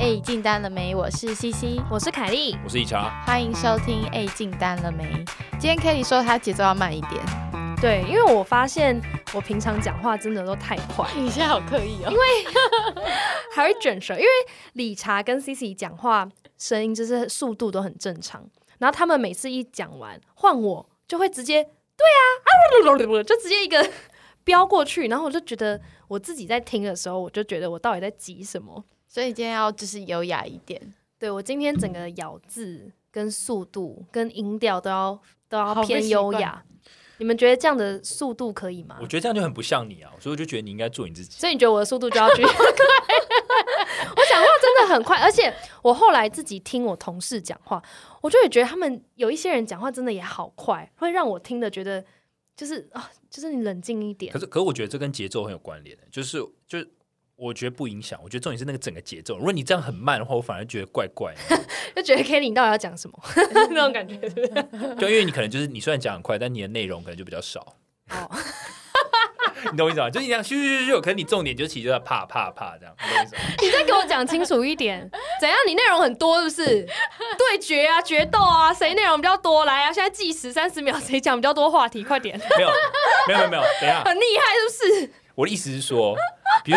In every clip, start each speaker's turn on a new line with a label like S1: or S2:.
S1: 哎，进单了没？我是西西，
S2: 我是凯莉，
S3: 我是一茶，
S1: 欢迎收听。哎，进单了没？今天 Kelly 说她节奏要慢一点，
S2: 对，因为我发现我平常讲话真的都太快，
S1: 你现在好刻意哦。
S2: 还会卷舌。因为理查跟 Cici 讲话声音就是速度都很正常，然后他们每次一讲完，换我就会直接对啊，啊就直接一个 飙过去，然后我就觉得我自己在听的时候，我就觉得我到底在急什么？
S1: 所以今天要就是优雅一点，
S2: 对我今天整个咬字、跟速度、跟音调都要都要
S1: 好不
S2: 偏
S1: 习
S2: 优
S1: 惯
S2: 雅。你们觉得这样的速度可以吗
S3: 我？觉得这样就很不像你啊，所以我就觉得你应该做你自己。
S2: 所以你觉得我的速度就要去 ？我讲话真的很快，而且我后来自己听我同事讲话，我就也觉得他们有一些人讲话真的也好快，会让我听的觉得就是啊，就是你冷静一点
S3: 可。是，可是我觉得这跟节奏很有关联的，欸就是就是。我觉得不影响，我觉得重点是那个整个节奏。如果你这样很慢的话，我反而觉得怪怪的，
S2: 就觉得 Kelly 你到底要讲什么嗯那种感觉，对不对？
S3: 就因为你可能就是你虽然讲很快，但你的内容可能就比较少。
S2: 哦，
S3: 你懂我意思吗？就是你这样咻咻咻咻，可是你重点就其实就在啪啪啪这样，你懂我意思吗？
S2: 你再给我讲清楚一点，怎样？你内容很多是不是？对决啊，决斗啊，谁内容比较多？来啊，现在计时三十秒，谁讲比较多话题？快点，
S3: 没有没有没有没有，等一 下，
S2: 很厉害是不是？
S3: 我的意思是说，比如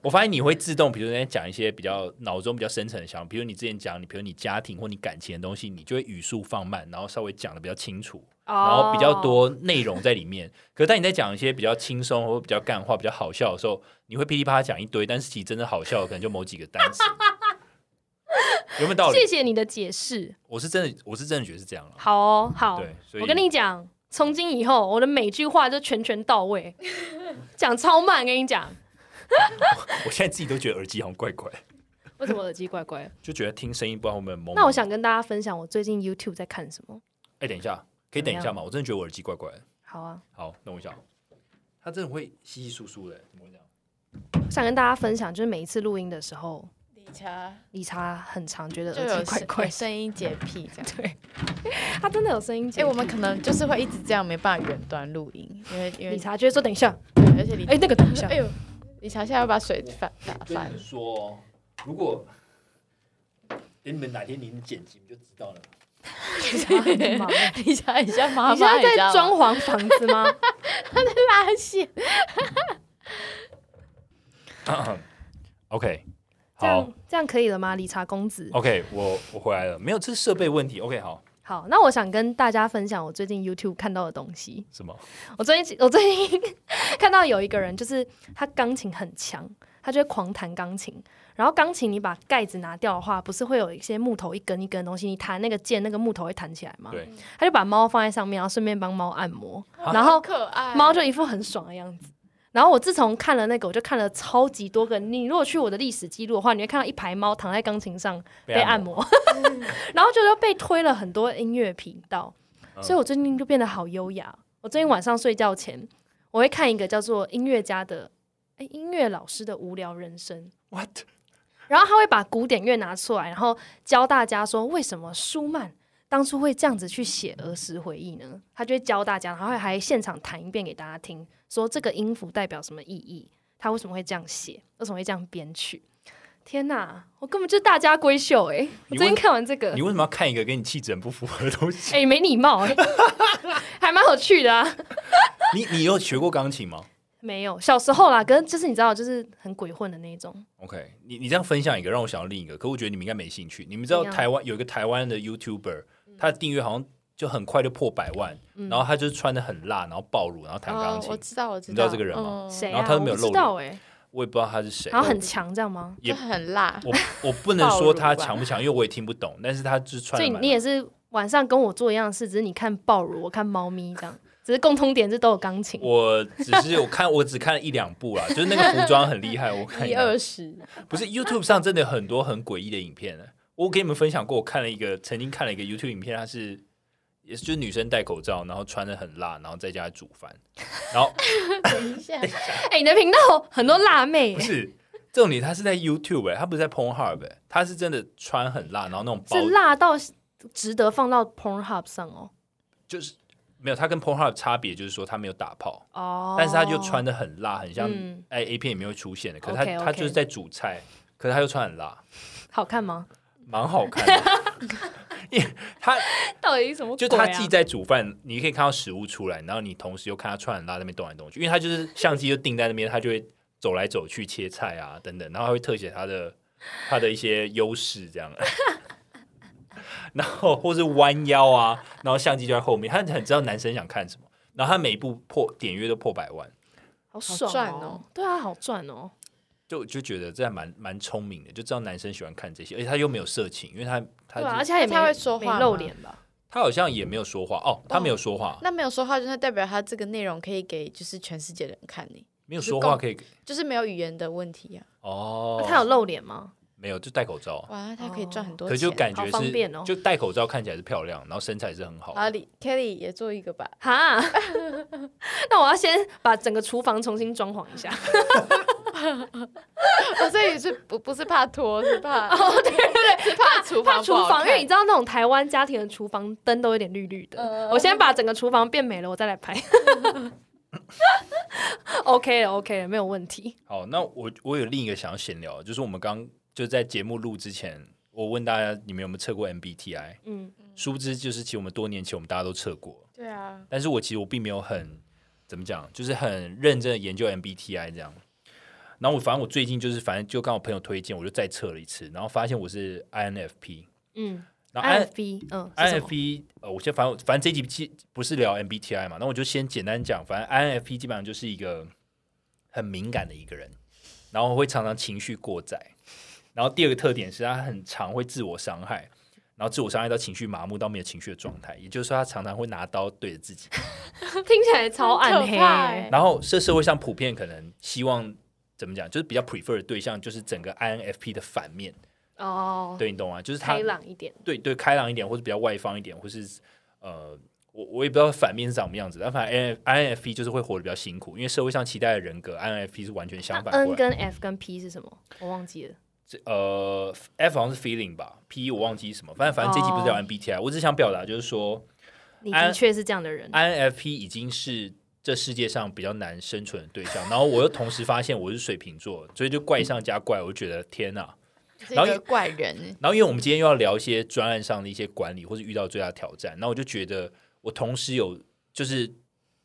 S3: 我发现你会自动，比如在讲一些比较脑中比较深层的想法，比如你之前讲你，比如你家庭或你感情的东西，你就会语速放慢，然后稍微讲的比较清楚，
S2: 哦
S3: 然后比较多内容在里面。可是当你在讲一些比较轻松或比较干话、比较好笑的时候，你会噼里啪啦讲一堆，但是其实真的好笑的可能就某几个单 词，有没有道理
S2: 谢？谢你的解释。
S3: 我是真的，我是真的觉得是这样了。
S2: 好哦，好
S3: 对，所以
S2: 我跟你讲，从今以后我的每句话就全全到 位，讲超慢。跟你讲，
S3: 我现在自己都觉得耳机好像怪怪，
S2: 为什么耳机怪 怪？
S3: 就觉得听声音不知道会不会懵。
S2: 那我，想跟大家分享我最近 YouTube 在看什么。
S3: 哎、等一下，可以等一下吗？我真的觉得我耳机怪怪的。
S2: 好啊，
S3: 好，等我一下。他真的会稀稀疏疏的，怎么会这样？
S2: 我啊想跟大家分享，就是每一次录音的时候，
S1: 理查
S2: 理查很常觉得
S1: 就有
S2: 耳机
S1: 声
S2: 怪怪
S1: 有，声音洁癖这样。
S2: 他真的有声音
S1: 哎，
S2: 结。
S1: 我们可能就是会一直这样，没办法远端录音，因为因为
S2: 理查觉得说等一下，
S1: 对而且理
S2: 哎、那个等一下
S1: 哎，呦，理查现在要把水反打翻
S3: 跟你，说哦，如果等你们哪天你们剪辑，你就知道了。
S2: 理查很忙你
S1: 理查很像妈妈，
S2: 现在
S1: 你知道吗
S2: 在装潢房子吗？
S1: 拉线，
S3: OK，
S2: 这
S3: 好哦
S2: 样这样可以了吗？理查公子。
S3: ，OK，我我回来了，没有，这是设备问题。OK，好，
S2: 好，那我想跟大家分享我最近 YouTube 看到的东西。
S3: 什么？
S2: 我最近我最近 看到有一个人，就是他钢琴很强，他就会狂弹钢琴。然后钢琴你把盖子拿掉的话，不是会有一些木头一根一根的东西，你弹那个键，那个木头会弹起来吗？
S3: 对，
S2: 他就把猫放在上面，然后顺便帮猫按摩，
S3: 啊
S2: 然后
S1: 好可爱哦
S2: 猫就一副很爽的样子。然后我自从看了那个，我就看了超级多个。你如果去我的历史记录的话，你会看到一排猫躺在钢琴上被按摩， 然后就是被推了很多音乐频道，
S3: 嗯
S2: 所以我最近就变得好优雅。我最近晚上睡觉前，我会看一个叫做音乐家的，哎，音乐老师的无聊人生。
S3: What？
S2: 然后他会把古典乐拿出来，然后教大家说为什么舒曼当初会这样子去写儿时回忆呢？他就会教大家，然后还现场弹一遍给大家听，说这个音符代表什么意义，他为什么会这样写，为什么会这样编曲。天哪，我根本就是大家闺秀哎、我
S3: 你问
S2: 最近看完这个
S3: 你，为什么要看一个跟你气质很不符合的东西？
S2: 哎、没礼貌哎、 还蛮有趣的啊。
S3: 你你有学过钢琴吗
S2: 没有，小时候啦，可是就是你知道，就是很鬼混的那一种。
S3: ？OK，你你这样分享一个，让我想到另一个，可我觉得你们应该没兴趣。你们知
S2: 怎
S3: 道
S2: 样
S3: 台湾有一个台湾的 YouTuber，他的订阅好像就很快就破百万，
S2: 嗯
S3: 然后他就是穿的很辣，然后暴乳，然后弹钢
S1: 哦我
S3: 琴。
S1: 知道，我知道，
S3: 你知道这个人吗
S1: 嗯
S2: 谁
S3: 然
S2: 啊？
S3: 后他都没有
S2: 我不知
S3: 露
S2: 道哎、
S3: 我也不知道他是谁，
S2: 然后很强这样吗？
S3: 也
S1: 就很辣，
S3: 我我不能说他强不强，因为我也听不懂，但是他就是穿
S2: 所
S3: 得
S2: 以
S3: 蛮
S2: 你也是晚上跟我做一样的事，只是你看暴乳，我看猫咪这样，只是共通点是都有钢琴。
S3: 我只是我看我只看了一两部啦，就是那个服装很厉害，我看
S1: 一
S3: 一
S1: 二
S3: 下。
S1: 十，
S3: 不
S2: 啊
S3: 是 YouTube 上真的很多很诡异的影片呢。我给你们分享过，我看了一个曾经看了一个 YouTube 影片，它是也是就是女生戴口罩，然后穿的很辣，然后在家煮饭，然后
S1: 等一下，
S2: 哎、你的频道很多辣妹、
S3: 不是重点，她是在 YouTube 哎、她不是在 Pornhub 哎、她是真的穿很辣，然后那种包
S2: 是辣到值得放到 Pornhub 上哦。
S3: 就是没有，她跟 Pornhub 差别就是说她没有打炮。
S2: 哦，
S3: 但是他就穿的很辣，很像
S2: 嗯
S3: 哎 A 片里面会出现的，可是他
S2: OK，OK
S3: 他就是在煮菜，可是他又穿很辣，
S2: 好看吗？
S3: 蛮好看的。 因为他
S2: 哎到底是什么
S3: 就
S2: 鬼
S3: 他
S2: 啊
S3: 自己在煮饭，你可以看到食物出来，然后你同时又看他穿很辣那边动来动去，因为他就是相机就定在那边，他就会走来走去切菜啊等等，然后他会特写他的他的一些优势这样， 然后或是弯腰啊，然后相机就在后面，他很知道男生想看什么，然后他每一部破点阅都破百万，
S2: 好爽
S1: 赚
S2: 哦
S1: 哦！
S2: 对啊，好赚哦！
S3: 就就觉得这还蛮蛮聪明的，就知道男生喜欢看这些，而且他又没有色情，因为他他
S2: 对啊，
S3: 就
S2: 而且他也没
S1: 他会说
S2: 没
S1: 话
S2: 露
S1: 吗
S2: 脸吧？
S3: 他好像也没有说话哦，他没有说话，
S1: 那没有说话，就是代表他这个内容可以给就是全世界的人看你，
S3: 没有说话可以
S1: 就是没有语言的问题啊。
S3: 哦
S2: 那，他有露脸吗？
S3: 没有就戴口罩，
S1: 哇，他可以赚很多
S3: 哦可
S1: 钱。
S3: 是就感觉
S2: 哦好方便
S3: 是
S2: 哦
S3: 就戴口罩看起来是漂亮，然后身材是很好，
S1: 啊，李 Kelly 也做一个吧。
S2: 哈， 那我要先把整个厨房重新装潢一下。
S1: 哦，所以是不不是怕脱，是怕 哦，对对对，是怕厨
S2: 怕
S1: 房
S2: 厨
S1: 不好
S2: 房，因为
S1: 看
S2: 你知道那种台湾家庭的厨房灯都有点绿绿的。
S1: 呃
S2: 我先把整个厨房变美了，我再来 拍。OK 了，OK 了，没有问题。
S3: 好，那我我有另一个想要闲聊，就是我们刚就在节目录之前，我问大家你们有没有测过 MBTI，
S2: 嗯，
S3: 殊不知就是其实我们多年前我们大家都测过，
S1: 对啊，
S3: 但是我其实我并没有很怎么讲，就是很认真的研究 MBTI 这样。然后我反正我最近就是反正就刚好朋友推荐，我就再测了一次，然后发现我是 INFP。
S2: 嗯
S3: 然后 IN
S2: ，IFB，嗯是什么
S3: INFP 呃，我先反正反正这集既不是聊 MBTI 嘛，那我就先简单讲，反正 INFP 基本上就是一个很敏感的一个人，然后会常常情绪过载。然后第二个特点是他很常会自我伤害，然后自我伤害到情绪麻木到没有情绪的状态，也就是说他常常会拿刀对着自己。
S2: 听起来超暗
S1: 很
S2: 黑
S1: 可怕欸
S2: 欸。
S3: 然后这社会上普遍可能希望怎么讲，就是比较 prefer 的对象就是整个 INFP 的反面，
S2: 哦，
S3: 对你懂吗？就是他
S2: 开朗一点。
S3: 对对开朗一点，或者比较外放一点，或是呃，我我也不知道反面是什么样子，但反正 INFP 就是会活得比较辛苦，因为社会上期待的人格 INFP 是完全
S2: 那
S3: 相反
S2: N
S3: 过来。
S2: 跟 F 跟 P 是什么？我忘记了。
S3: 这呃，F 好像是 feeling 吧，P E 我忘记是什么，反正反正这集不是聊 MBTI，、我只想表达就是说
S2: 你的确是这样的人。
S3: INFP 已经是这世界上比较难生存的对象，然后我又同时发现我是水瓶座，所以就怪上加怪，我就觉得天呐。
S1: 是一
S3: 然后
S1: 个怪人，欸
S3: 然后因为我们今天又要聊一些专案上的一些管理或是遇到最大的挑战，那我就觉得我同时有就是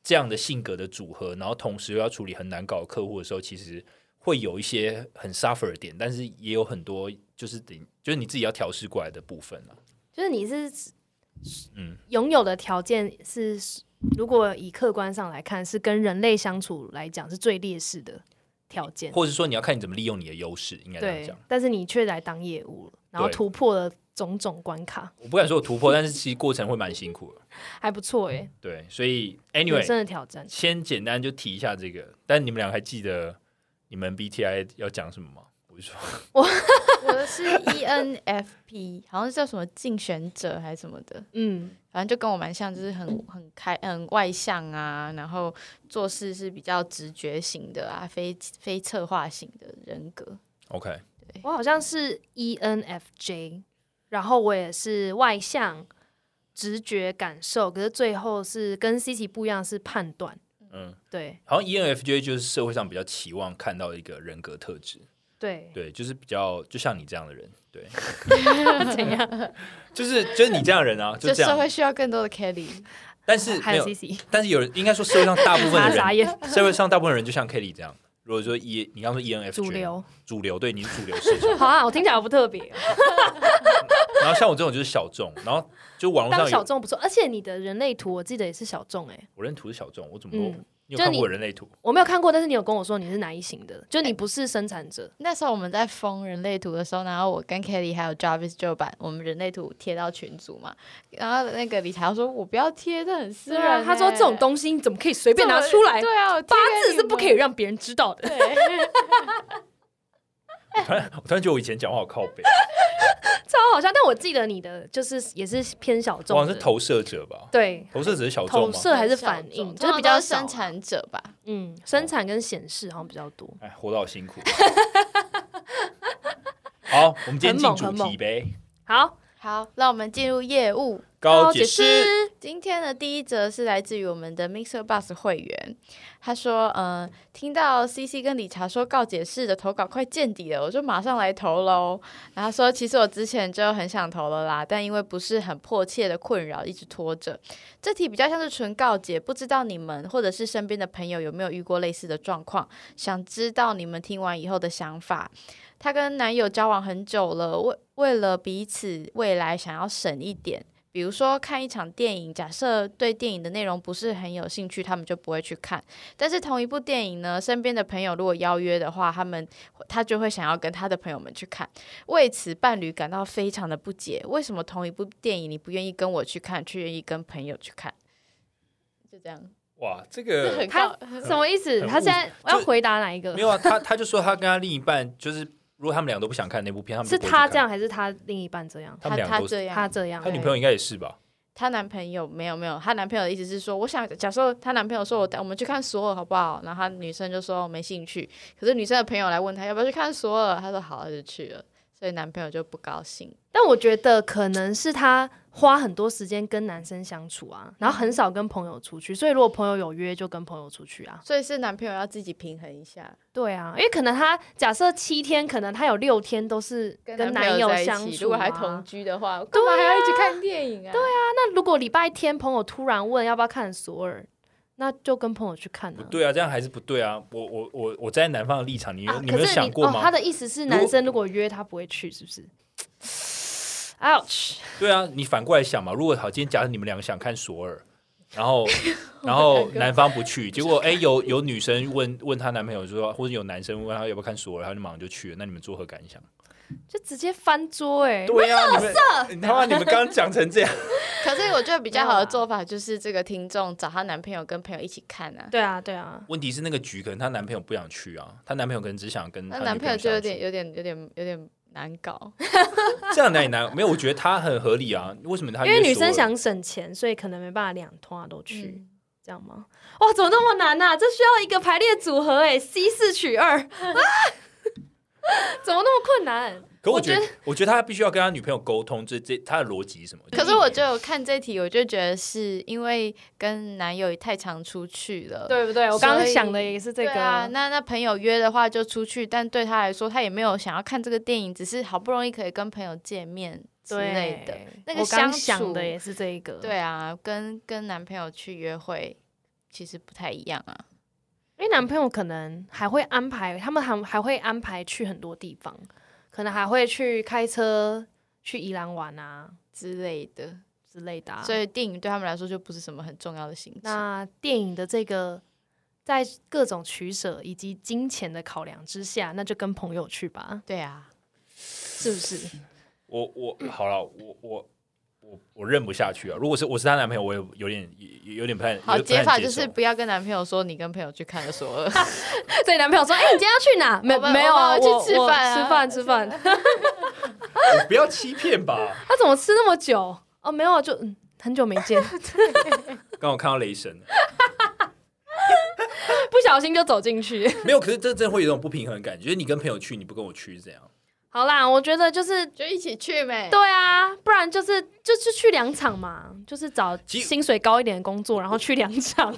S3: 这样的性格的组合，然后同时又要处理很难搞的客户的时候，其实会有一些很 suffer 的点，但是也有很多就是得就是你自己要调试过来的部分啊。
S2: 就是你是，
S3: 嗯
S2: 拥有的条件是，如果以客观上来看，是跟人类相处来讲是最劣势的条件，
S3: 或者说你要看你怎么利用你的优势，应该这样
S2: 对
S3: 讲。。
S2: 但是你却来当业务了，然后
S3: 对
S2: 突破了种种关卡，
S3: 我不敢说我突破，但是其实过程会蛮辛苦的。
S2: 还不错哎、
S3: 对，所以
S2: 人
S3: anyway，
S2: 生的挑战。
S3: 先简单就提一下这个，但你们俩还记得你们 BTI 要讲什么吗？我就说，
S1: 我的是 E ENFP，好像是叫什么竞选者还是什么的，
S2: 嗯，
S1: 反正就跟我蛮像，就是很很开、很外向啊，然后做事是比较直觉型的啊，非非策划型的人格。
S3: OK，
S2: 我好像是 E ENFJ，然后我也是外向、直觉、感受，可是最后是跟 C C 不一样，是判断。
S3: 嗯，
S2: 对
S3: 好像 ENFJ 就是社会上比较期望看到的一个人格特质，
S2: 对，
S3: 对，就是比较就像你这样的人， 对，
S2: 怎样？
S3: 就是就是你这样的人啊，
S1: 就
S3: 就这
S1: 社
S3: 样
S1: 会。需要更多的 Kelly，
S3: 但是
S2: 还
S3: 没
S2: 有
S3: 有
S2: C，C。
S3: 但是有人应该说社会上大部分
S2: 警察 傻
S3: 的
S2: 眼
S3: 人，社会上大部分人就像 Kelly 这样。如果说 E，你刚说 ENFJ
S2: 主流，
S3: 主流对，你是主流 市场。
S2: 好啊，我听起来好不特别哦、
S3: 然后像我这种就是小众，然后就网络
S2: 当
S3: 上
S2: 小
S3: 有
S2: 众不错，而且你的人类图我记得也是小众哎、
S3: 我认图是小众，我怎么都
S2: 嗯
S3: 你有
S2: 就
S3: 看
S2: 你
S3: 过人类图？
S2: 我没有看过，但是你有跟我说你是哪一型的，就你不是生产者，
S1: 那时候我们在封人类图的时候，然后我跟 Kelly 还有 Jarvis 就把我们人类图贴到群组嘛，然后那个理查说：“我不要贴，这很私人、欸。”
S2: 啊他说这种东西你怎么可以随便拿出来？
S1: 对啊，我
S2: 八
S1: 贴给
S2: 字
S1: 你
S2: 是不
S1: 们
S2: 可以让别人知道的。
S1: 对，
S3: 我突然我突然觉得我以前讲话好靠 北，
S2: 超好笑。但我记得你的就是也是偏小
S3: 我
S2: 众
S3: 好
S2: 的，
S3: 像是投射者吧？
S2: 对
S3: 投射者是小众
S2: 投
S3: 吗？
S2: 射还是反应，就是
S1: 通常
S2: 比较
S1: 都是
S2: 少啊
S1: 生，产者吧。
S2: 嗯，生产跟显示好像比较多。
S3: 哎，活得好辛苦。 好，我们今天进
S2: 很猛很
S3: 主
S2: 猛
S3: 题呗。
S2: 好，
S1: 好，那我们进入业务。
S3: 高解释，
S1: 今天的第一则是来自于我们的 Mixer Bus 会员，他说：“嗯、听到 CC 跟理查说告解式的投稿快见底了，我就马上来投喽。”然后他说：“其实我之前就很想投了啦，但因为不是很迫切的困扰，一直拖着。这题比较像是纯告解，不知道你们或者是身边的朋友有没有遇过类似的状况，想知道你们听完以后的想法。”她跟男友交往很久了，为为了彼此未来想要省一点，比如说看一场电影，假设对电影的内容不是很有兴趣，他们就不会去看。但是同一部电影呢，身边的朋友如果邀约的话，他们他就会想要跟他的朋友们去看。为此，伴侣感到非常的不解，为什么同一部电影你不愿意跟我去看，却愿意跟朋友去看？就这样，
S3: 哇，
S1: 这
S3: 这 个
S1: 很
S2: 他
S1: 高，
S2: 什么意思？
S3: 很
S2: 他现在呃我要
S3: 就
S2: 回答哪一个
S3: 没？有啊，他他就说他跟他另一半就是，如果他们俩都不想看那部片，他们
S2: 是
S3: 就不会去
S2: 他
S3: 看
S2: 这样，，还是他另一半这样？
S3: 他们
S1: 他
S3: 俩
S1: 他
S3: 都是，
S1: 这样，
S2: 他这样哎
S3: 他，女
S1: 对啊
S3: 朋友应该也是吧？
S1: 她男朋友没有没有，她男朋友的意思是说，我想假设她男朋友说我带我们去看索尔好不好？然后她女生就说没兴趣，可是女生的朋友来问她要不要去看索尔，她说好，她就去了，所以男朋友就不高兴。
S2: 但我觉得可能是他花很多时间跟男生相处啊，然后很少跟朋友出去，所以如果朋友有约就跟朋友出去啊。
S1: 所以是男朋友要自己平衡一下，
S2: 对啊，因为可能他假设七天，可能他有六天都是跟
S1: 男
S2: 男友
S1: 在一
S2: 相
S1: 起，如
S2: 处、啊，啊
S1: 果还同居的话，干嘛还要一起看电影 啊？对啊，
S2: 那如果礼拜天朋友突然问要不要看索尔，那就跟朋友去看
S3: 不
S2: 啊。
S3: 对啊，这样还是不对啊！我我我我在男方的立场，你有、
S2: 啊，
S3: 你
S2: 可
S3: 没有
S2: 是
S3: 想
S2: 你
S3: 过
S2: 哦，他
S3: 吗？
S2: 的意思是
S3: 如果
S2: 男生如果约他不会去，是不是？Ouch！
S3: 对啊，你反过来想嘛。如果好，今天假设你们两个想看索尔，然后然后男方不去，结果哎、有有女生问问她男朋友说，或者有男生问她要不要看索尔，她就马上就去了。那你们作何感想？
S2: 就直接翻桌
S1: 欸
S2: 哎、
S3: 对呀、啊， 你们他妈你们刚刚讲成这样，
S1: 可是我觉得比较好
S2: 没有啊
S1: 的
S2: 啦
S1: 做法就是这个听众找她男朋友跟朋友一起看
S3: 嗯
S1: 啊，
S2: 对啊，对啊，
S3: 问题是那个局可能她男朋友不想去啊，她男朋友可能只想跟她
S1: 那
S3: 女
S1: 男
S3: 朋
S1: 朋友就有
S3: 相处
S1: 点有点有点有点难搞，
S3: 这样哪里难？没有，我觉得他很合理啊。为什么他
S2: 因
S3: 约
S2: 为女
S3: 索尔
S2: 生想省钱，所以可能没办法两团都去，
S1: 嗯
S2: 这样吗？哇，怎么那么难呐、这需要一个排列组合哎、c 四取二 啊，怎么那么困难？
S3: 可我
S2: 我
S3: 觉得，我觉得他必须要跟他女朋友沟通，这这他的逻辑是什么？
S1: 可是我就看这题，我就觉得是因为跟男友太常出去了。
S2: 对不对？我刚
S1: 所
S2: 刚
S1: 以
S2: 想的也是这
S1: 对
S2: 个
S1: 啊，那那朋友约的话就出去，但对他来说，他也没有想要看这个电影，只是好不容易可以跟朋友见面之
S2: 对
S1: 类的。，那个
S2: 我
S1: 相
S2: 刚想的
S1: 处
S2: 也是这一个，
S1: 对啊，跟跟男朋友去约会其实不太一样啊。
S2: 因为男朋友可能还会安排，他们还还会安排去很多地方，可能还会去开车去宜兰玩啊
S1: 之类的，
S2: 之类的、啊。
S1: 所以电影对他们来说就不是什么很重要的行程。
S2: 那电影的这个在各种取舍以及金钱的考量之下，那就跟朋友去吧，
S1: 对啊，
S2: 是不 是？
S3: 我我好了，我我我我认不下去啊！如果是我是她男朋友，我也有点有有点不太
S1: 好，
S3: 有点不太
S1: 解法
S3: 能接
S1: 就是
S3: 受
S1: 不要跟男朋友说你跟朋友去看了索尔。
S2: 所以男朋友说：“哎、你今天要去哪？”没
S1: 我们
S2: 没有啊，
S1: 我们要
S2: 我
S1: 去吃
S2: 我
S1: 饭啊
S2: 吃饭吃 饭。
S3: 我不要欺骗吧。
S2: 他怎么吃那么久？哦，没有啊，就嗯，很久没 见，
S3: 刚好看到雷神，
S2: 不小心就走进去。
S3: 没有，可是这真的会有一种不平衡感，觉，就是你跟朋友去，你不跟我去是这样。
S2: 好啦，我觉得 就是
S1: 就一起去 呗。
S2: 对啊，不然就是就就去两场嘛，就是找
S3: 其实
S2: 薪水高一点的工作，然后去两场，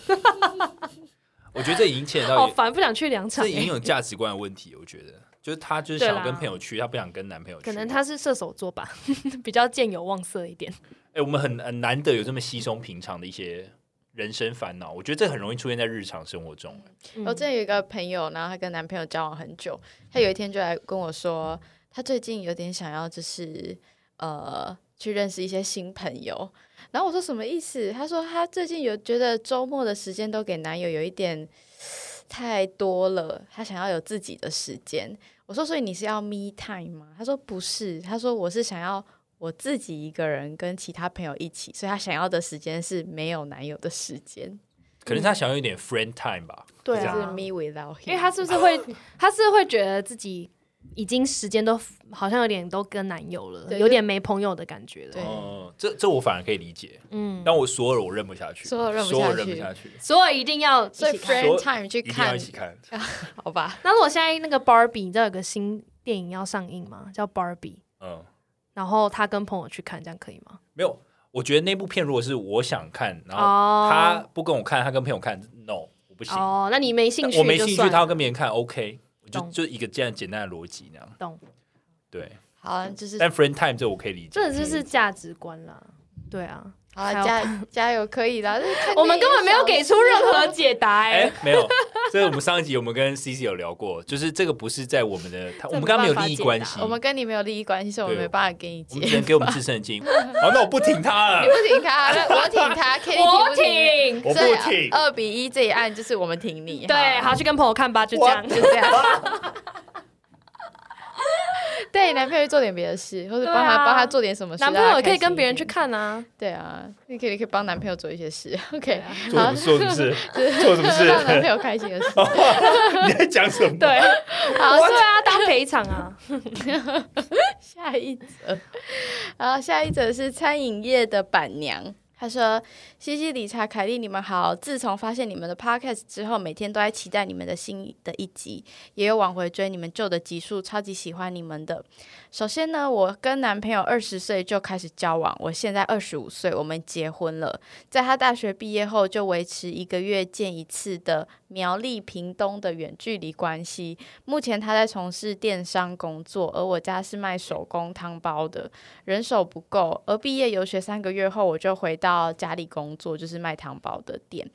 S3: 我觉得这已经牵 扯
S2: 好
S1: 哦
S3: 到，
S2: 烦，不想去两场
S3: 这已经
S2: 欸、
S3: 有价值观的问题。我觉得，就是她就是
S2: 对
S3: 想
S2: 啦
S3: 要跟朋友去，她不想跟男朋友去。
S2: 欸可能他是射手座吧， 比较见有望色一点。
S3: 哎、我们很很难得有这么稀松平常的一些人生烦恼，我觉得这很容易出现在日常生活中。
S2: 嗯
S1: 我之前有一个朋友，然后她跟男朋友交往很久，她有一天就来跟我说，她最近有点想要就是呃去认识一些新朋友。然后我说什么意思？她说她最近有觉得周末的时间都给男友有一点太多了，她想要有自己的时间。我说所以你是要 me time 吗？她说不是，她说我是想要。我自己一个人跟其他朋友一起，所以她想要的时间是没有男友的时间，
S3: 可能他想要一点 friend time 吧，
S2: 对
S3: 是这
S1: 就
S3: 样
S1: 是
S2: 啊，
S1: me without him。
S2: 因为他是不是会，他是不是会觉得自己已经时间都好像有点都跟男友了，
S1: 对
S2: 有点没朋友的感觉
S1: 对
S2: 了。
S3: 哦、这这我反而可以理解，
S2: 嗯，
S3: 但我索尔我认不下去，
S1: 索尔认不下去
S3: 索认不下去，
S2: 所以一定要一
S1: 所
S2: 起
S1: 以
S2: 看。
S1: friend
S3: 所以
S1: time 去
S3: 一定要
S1: 看
S3: 一，起看。
S1: 好吧？
S2: 那如果现在那个 Barbie，你知道有个新电影要上映吗？叫 Barbie，
S3: 嗯，
S2: 然后他跟朋友去看，这样可以吗？
S3: 没有，我觉得那部片如果是我想看，然后
S2: 哦，
S3: 他不跟我看，他跟朋友看，no，我不行。
S2: 哦，那你没兴
S3: 但
S2: 趣，
S3: 我没兴趣，他要跟别人看，OK，我就
S2: 懂
S3: 就一个这样简单的逻辑那样。
S2: 懂，
S3: 对，
S1: 好，就是
S3: 但 friend time 这我可以理解，
S2: 这就是价值观啦。对啊，
S1: 好啦加加油，可以啦。就是看
S2: 我们
S1: 电
S2: 根
S1: 影
S2: 本没有给出任何解答
S3: 哎、
S2: 哎。
S3: 没有，这个我们上一集我们跟 C C 有聊过，就是这个不是在我们的，他我
S2: 这
S3: 们
S2: 没
S3: 刚刚没有
S2: 办法
S3: 利益
S2: 解
S3: 关
S2: 答
S3: 系，
S1: 我们跟你没有利益关系，所以我们
S3: 对
S1: 没办法给你
S3: 我
S1: 接
S3: 们。只能给我们自身 的建议。好，那我不挺他
S1: 你
S3: 了，
S1: 不挺他，那我挺他，Kitty
S2: 我
S1: 不挺。
S2: 挺
S3: 我不
S1: 这
S2: 哦
S3: 挺。
S1: 二比一这一案就是我们挺你，
S2: 对，好去跟朋友看吧，就这样
S1: 就。这样。带啊你男朋友去做点别的事，或者帮他
S2: 对啊
S1: 帮、他做点什么事，
S2: 男朋友
S1: 让他
S2: 也可以
S1: 开心
S2: 跟别人
S1: 一
S2: 去
S1: 点。
S2: 看啊。
S1: 对啊，你可以你可以帮男朋友做一些事
S2: 对
S1: ，OK，
S2: 啊
S3: 做什么 做什么事？ 做什么事？
S1: 让男朋友开心的事。
S3: 你在讲什 么？
S2: 对，
S1: 好，
S2: 对啊，当 赔偿啊。
S1: 下一则， 然后下一则是餐饮业的板娘。她说：“西西、理查、凯莉，你们好！自从发现你们的 podcast 之后，每天都在期待你们的新的一集，也有往回追你们旧的集数，超级喜欢你们的。首先呢，我跟男朋友二十岁就开始交往，我现在二十五岁，我们结婚了。在他大学毕业后，就维持一个月见一次的苗栗屏东的远距离关系，目前他在从事电商工作，而我家是卖手工汤包的，人手不够。而毕业游学三个月后，我就回到家里工作，就是卖汤包的店。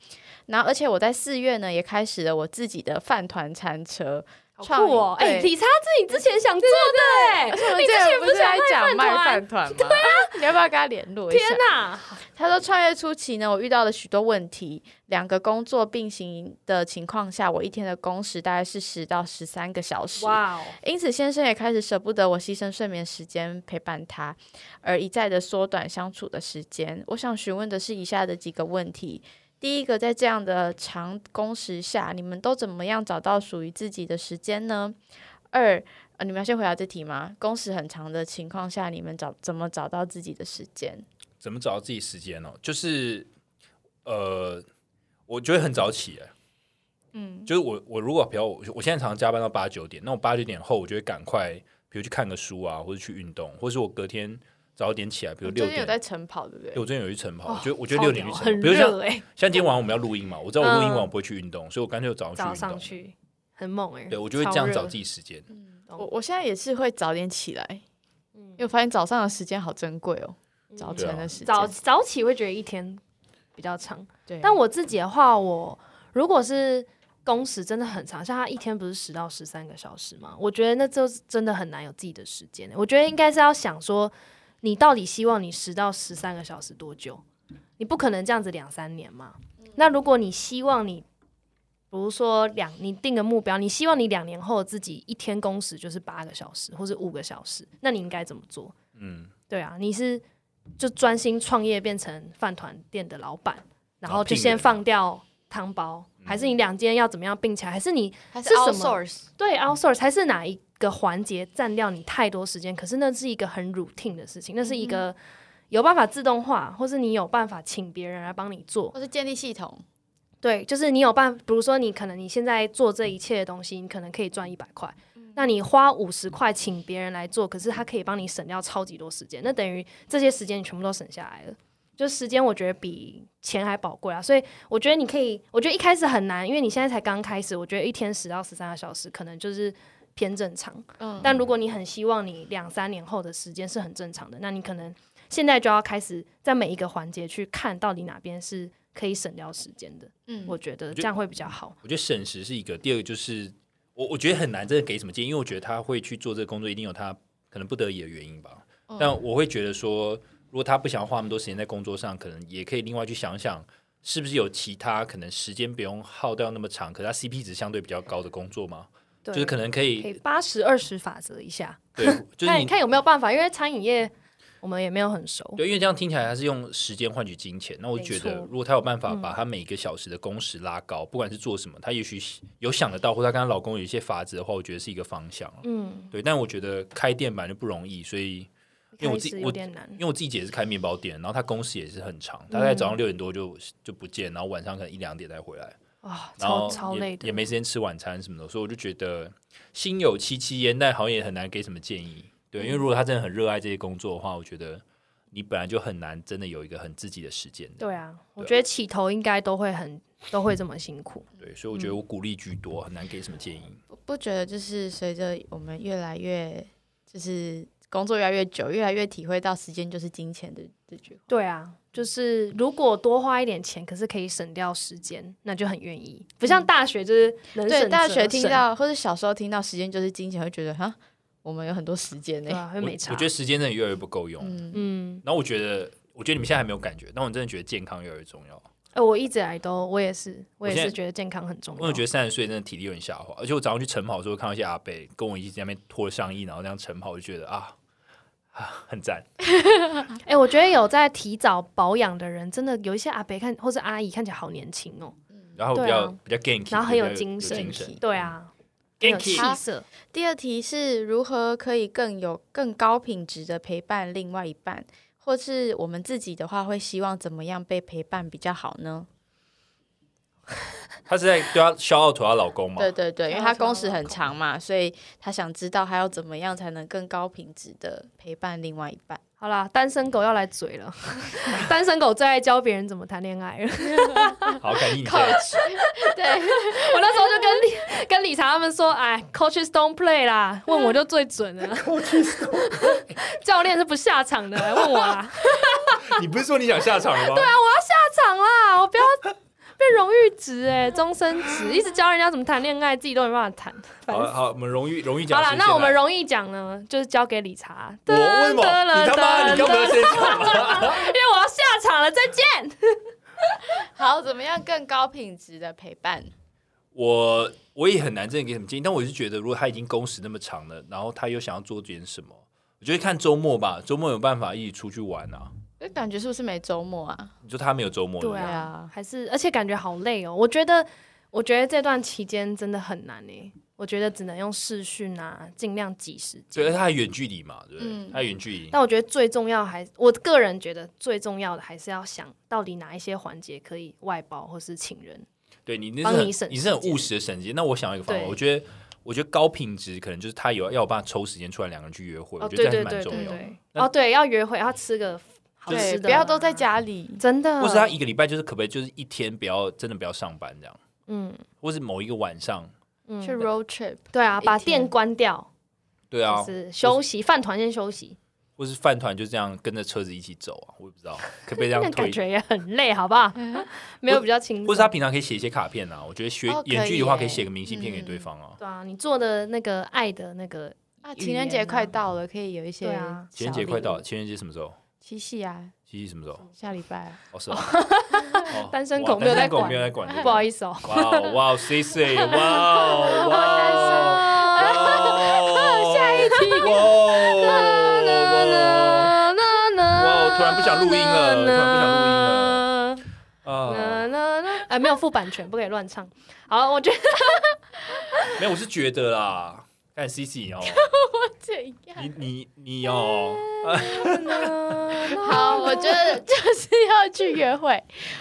S1: 然后，而且我在四月呢，也开始了我自己的饭团餐车。
S2: 好
S1: 创意
S2: 酷哦！哎，
S1: 对
S2: 理查是你之前想做的哎，
S1: 我们
S2: 你
S1: 之
S2: 之前
S1: 前
S2: 不
S1: 不
S2: 是
S1: 是
S2: 想
S1: 在
S2: 卖
S1: 讲卖
S2: 饭
S1: 饭团吗？对啊，你要不要跟他联络一下？
S2: 天哪！
S1: 他说，创业初期呢，我遇到了许多问题。两个工作并行的情况下，我一天的工时大概是十到十三个小时。
S2: 哇哦，
S1: 因此，先生也开始舍不得我牺牲睡眠时间陪伴他，而一再的缩短相处的时间。我想询问的是以下的几个问题：第一个，在这样的长工时下，你们都怎么样找到属于自己的时间呢？二，呃、你们要先回答这题吗？工时很长的情况下，你们找怎么找到自己的时间？
S3: 怎么找到自己时间哦？就是呃，我觉得很早起哎、
S1: 嗯，
S3: 就是我我如果比较我我现在常常加班到八九点，那我八九点后我就会赶快，比如去看个书啊，或者去运动，或是我隔天早点起来，比如六
S1: 最近有
S3: 点。
S1: 在晨跑，对不
S3: 对
S1: 对？
S3: 我最近有去晨跑，
S2: 哦
S3: 我觉得我觉得六点去
S2: 超
S3: 晨
S2: 屌很
S3: 跑，比如像
S2: 热哎，
S3: 像今天晚上我们要录音嘛，我知道我录音完
S2: 嗯
S3: 我不会去运动，所以我干脆早
S2: 早
S3: 上去运
S2: 上
S3: 动。
S2: 去很猛哎。
S3: 对，我就会这样找自
S2: 己。
S3: 己时间。
S1: 我我现在也是会早点起来，
S2: 嗯
S1: 因为我发现早上的时间好珍贵哦，早
S3: 对啊
S1: 晨的时间。
S2: 早早起会觉得一天比较长，
S1: 对，
S2: 但我自己的话，我如果是工时真的很长，像他一天不是十到十三个小时嘛，我觉得那就是真的很难有自己的时间。我觉得应该是要想说，你到底希望你十到十三个小时多久？你不可能这样子两三年嘛。那如果你希望你，比如说两，你定个目标，你希望你两年后自己一天工时就是八个小时或者五个小时，那你应该怎么做？
S3: 嗯，
S2: 对啊，你是就专心创业变成饭团店的老板，然后就
S3: 聘人
S2: 先放掉汤包，还是你两间要怎么样并起来？还是你
S1: 还
S2: 是
S1: 是
S2: 什么
S1: outsource
S2: 对 outsource 还是哪一个环节占掉你太多时间？可是那是一个很 routine 的事情，那是一个有办法自动化，或是你有办法请别人来帮你做。
S1: 或是建立系统，
S2: 啊
S1: 嗯，
S2: 但如果你很希望你两三年后的时间是很正常的，那你可能现在就要开始在每一个环节去看到底哪边是可以省掉时间的。
S1: 嗯
S2: 我觉得
S3: 觉
S2: 这样会比较好。
S3: 我觉得省时是一个，第二个就是我我觉得很难真的给什么建议，因为我觉得他会去做这个工作，一定有他可能不得已的原因吧。
S2: 嗯
S3: 但我会觉得说，如果他不想要花那么多时间在工作上，可能也可以另外去想想，是不是有其他可能时间不用耗掉那么长，可是他 CP 值相对比较高的工作吗？
S2: 对，
S3: 就是可能可
S2: 可以
S3: 以，
S2: 八十二十法则一下，
S3: 对，就是
S2: 看
S3: 你
S2: 看有没有办法，因为餐饮业我们也没有很熟。
S3: 对，因为这样听起来他是用时间换取金钱。那我
S2: 没
S3: 觉得，
S2: 错嗯
S3: 如果他有办法把他每个小时的工时拉高，不管是做什么，他也许有想得到，或者他跟他老公有一些法子的话，我觉得是一个方向啊。
S2: 嗯，
S3: 对，但我觉得开店本来就不容易，所以因为我
S2: 开
S3: 自己
S2: 始有
S3: 我
S2: 点难
S3: 因。为我自己姐是开面包店，然后她工时也是很长，大概早
S2: 嗯
S3: 上六点多就就不见，然后晚上可能一两点才回来，
S2: 哇、
S3: 然后
S2: 啊超超
S3: 也
S2: 累的
S3: 也。没时间吃晚餐什么的，所以我就觉得心
S2: 嗯
S3: 有戚戚焉，但好像也很难给什么建议。对，因为如果他真的很热爱这些工作的话，我觉得你本来就很难真的有一个很自己的时间的。
S2: 对啊，我觉得起头应该都会很都会这么辛苦。
S3: 对，所以我
S2: 嗯
S3: 觉得我鼓励居多，很难给什么建议。
S1: 不不觉得就是随着我们越来越就是工作越来越久，越来越体会到时间就是金钱的这句话。
S2: 对啊，就是如果多花一点钱，可是可以省掉时间，那就很愿意。不像大学就是能省
S1: 对，大
S2: 则
S1: 学听
S2: 省
S1: 到或者小时候听到时间就是金钱，会觉得哈，我们有很多时间呢、
S2: 对啊，会
S3: 我
S2: 没差。
S3: 我觉得时间真的越来越不够用。
S1: 嗯，
S2: 嗯，
S3: 然后我觉得，我觉得你们现在还没有感觉，但我真的觉得健康越来越重要。
S2: 呃，我一直以来都我也是，我也
S3: 我现
S2: 是
S3: 在
S2: 觉得健康很重要。
S3: 因为我觉得三十岁真的体力有点下滑，而且我早上去晨跑的时候看到一些阿伯跟我一起在那边脱了上衣，然后那样晨跑，我就觉得啊啊很赞。
S2: 哎、我觉得有在提早保养的人，真的有一些阿伯看或是阿姨看起来好年轻哦、
S3: 然后比
S2: 对啊
S3: 较、比较 ganky，
S2: 然后很有
S3: 比较
S2: 精神
S3: 精神
S2: 对啊，
S3: 嗯
S2: 很有气
S3: ganky。
S2: 色。
S1: 第二题是如何可以更有更高品质的陪伴另外一半，或是我们自己的话，会希望怎么样被陪伴比较好呢？
S3: 她是在对她消耗吐她老公嘛？
S1: 对对对，因为他工时
S2: 想要
S1: 很长嘛，所以他想知道他要怎么样才能更高品质的陪伴另外一半。
S2: 好啦，单身狗要来嘴了， 单身狗最爱教别人怎么谈恋爱了。
S3: 好，感谢你现在
S2: 对我那时候就跟李跟理查他们说，哎，coaches don't play 啦，问我就最准了。 教练是不下场的，来问我啦，
S3: 你不是说你想下场了吗？对啊，
S2: 下场啦，我不要。 被荣誉值哎、终身值，一直教人家怎么谈恋爱，自己都没办法谈。烦
S3: 好好，我们荣誉荣誉奖
S2: 好啦，
S3: 是现在。
S2: 那我们容易讲呢，就是交给理查。
S3: 我为什么？你他妈，你干嘛要先讲啊？
S2: 因为我要下场了，再见。
S1: 好，怎么样更高品质的陪伴？
S3: 我我也很难真的给什么建议，但我是觉得，如果他已经工时那么长了，然后他又想要做点什么，我觉得看周末吧，周末有办法一起出去玩啊。
S1: 就感觉是不是没周末啊？
S3: 你说他没有周末，
S2: 对
S1: 对
S2: 啊
S1: 啊，
S2: 还是而且感觉好累哦。我觉得，我觉得这段期间真的很难诶。我觉得只能用视讯啊，尽量挤时
S3: 对，而
S2: 间。
S3: 且他还远距离嘛，对不对？
S1: 嗯
S3: 他远距离，
S2: 但我觉得最重要还，我个人觉得最重要的还是要想到底哪一些环节可以外包或是请人。
S3: 对你那
S2: 帮
S3: 是很
S2: 你省
S3: 你是很
S2: 时间
S3: 务实的省间。那我想到一个方法，
S2: 对
S3: 我觉得我觉得高品质可能就是他有要有办法抽时间出来两个人去约会，
S2: 哦，
S3: 我觉得
S2: 对对
S3: 这还是蛮
S2: 对
S3: 重
S2: 对
S3: 要的。
S2: 对，
S3: 那
S2: 哦对，要约会要吃个好吃
S1: 对，
S2: 的，
S1: 不要都在，家里。
S2: 真的。
S3: 或是他啊一个礼拜就是可不可以就是一天不要真的不要上班这样，
S2: 嗯
S3: 或是某一个晚上，
S2: 嗯
S1: 去，road trip，
S2: 对啊，
S1: 一
S2: 把
S1: 天
S2: 店关掉，
S3: 对啊
S2: 就，哦是休息，饭团先休息。
S3: 或是饭团就这样跟着车子一起走啊，我也不知道可不可以这啊样
S2: 那
S3: 推
S2: 感觉也很累，好不 好？没有比较轻松。
S3: 或者他平常可以写一些卡片啊，我觉得学
S1: 哦可以
S3: 远距离的话，
S1: 耶
S3: 可以写个明信片给对
S1: 嗯
S3: 方啊。
S2: 对啊，你做的那个爱的那个，
S1: 啊，
S2: 语
S1: 情
S2: 言
S1: 人节
S2: 啊
S1: 快到了，可以有一些
S2: 对啊
S1: 小
S3: 情人节快到，
S1: 礼
S3: 了，
S1: 物，
S3: 情人节什么时候？
S1: 七夕啊，
S3: 七夕什么 时候？
S1: 下礼拜 啊。
S3: 哦，是啊哦
S2: 单身
S3: 哇
S2: 狗没有在
S3: 单身狗
S2: 管
S3: 没有在管这 个，
S2: 不好意思哦。
S3: 哇哦哇哦，C C，哇 哦哇哦，
S2: 啦
S3: 哇，下一题， 哇哦 哇哦
S2: 啦啦啦
S3: 哇我突然不想录音了突然不想录音
S2: 啦
S3: 了
S2: 啦
S3: 啊！
S2: 啦啦哎，没有付版权，不可以乱唱。好，我觉得
S3: 没有，我是觉得啦，看 C C 哦，
S1: 这样
S3: 你你你哦，
S1: 好，我觉 得就是要去约会。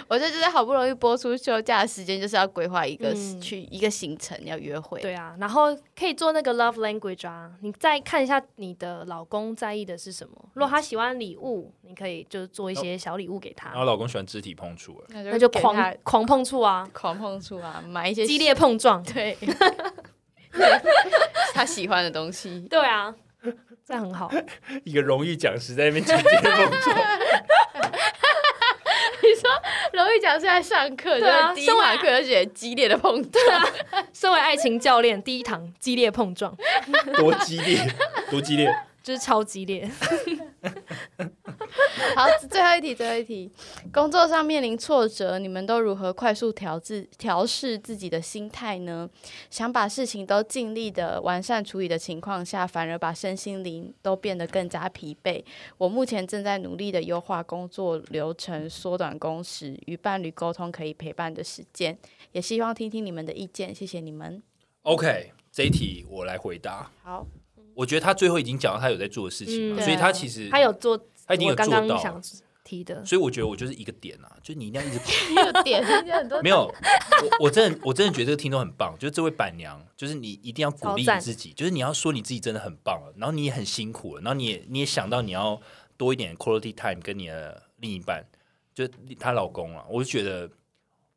S1: 我觉得就是好不容易播出休假的时间，就是要规划一个
S2: 嗯
S1: 去一个行程要约会。
S2: 对啊，然后可以做那个 love language 啊，你再看一下你的老公在意的是什么。如果他喜欢礼物，你可以就是做一些
S3: 哦
S2: 小礼物给他
S3: 然，后老公喜欢肢体碰触，哎
S1: 那
S2: 那就
S1: 给
S2: 狂
S1: 他
S2: 狂碰触啊，
S1: 狂碰触啊，买一些
S2: 激烈碰撞。
S1: 对 他喜欢的东西。
S2: 对啊，这样很好。
S3: 一个荣誉讲师在那边讲这些碰触，
S1: 荣誉讲是在上课，
S2: 对啊
S1: 就是第一堂课就觉得激烈的碰撞，
S2: 身为爱情教练，第一堂激烈碰撞，
S3: 多激 烈，多激烈。
S2: 就是超激烈。
S1: 好，最后一题，最后一题，工作上面临挫折，你们都如何快速调自调试自己的心态呢？想把事情都尽力的完善处理的情况下，反而把身心灵都变得更加疲惫。我目前正在努力的优化工作流程，缩短工时，与伴侣沟通可以陪伴的时间，也希望听听你们的意见，谢谢你们。
S3: OK，这一题我来回答。
S1: 好，
S3: 我觉得他最后已经讲到他有在做的事情嘛，
S2: 嗯
S3: 所以他其实
S2: 他有做，
S3: 他已经
S2: 我
S3: 哎有做
S2: 刚
S3: 到
S2: 刚
S3: 了
S2: 想提的，
S3: 所以我觉得我就是一个点啊，就你一定要一直
S1: 有点很多
S3: 没有，我我真的我真的觉得这个听众很棒，就是这位板娘，就是你一定要鼓励
S2: 超赞
S3: 自己，就是你要说你自己真的很棒了，然后你也很辛苦了，然后你也你也想到你要多一点 quality time 跟你的另一半，就是她老公啊，我就觉得，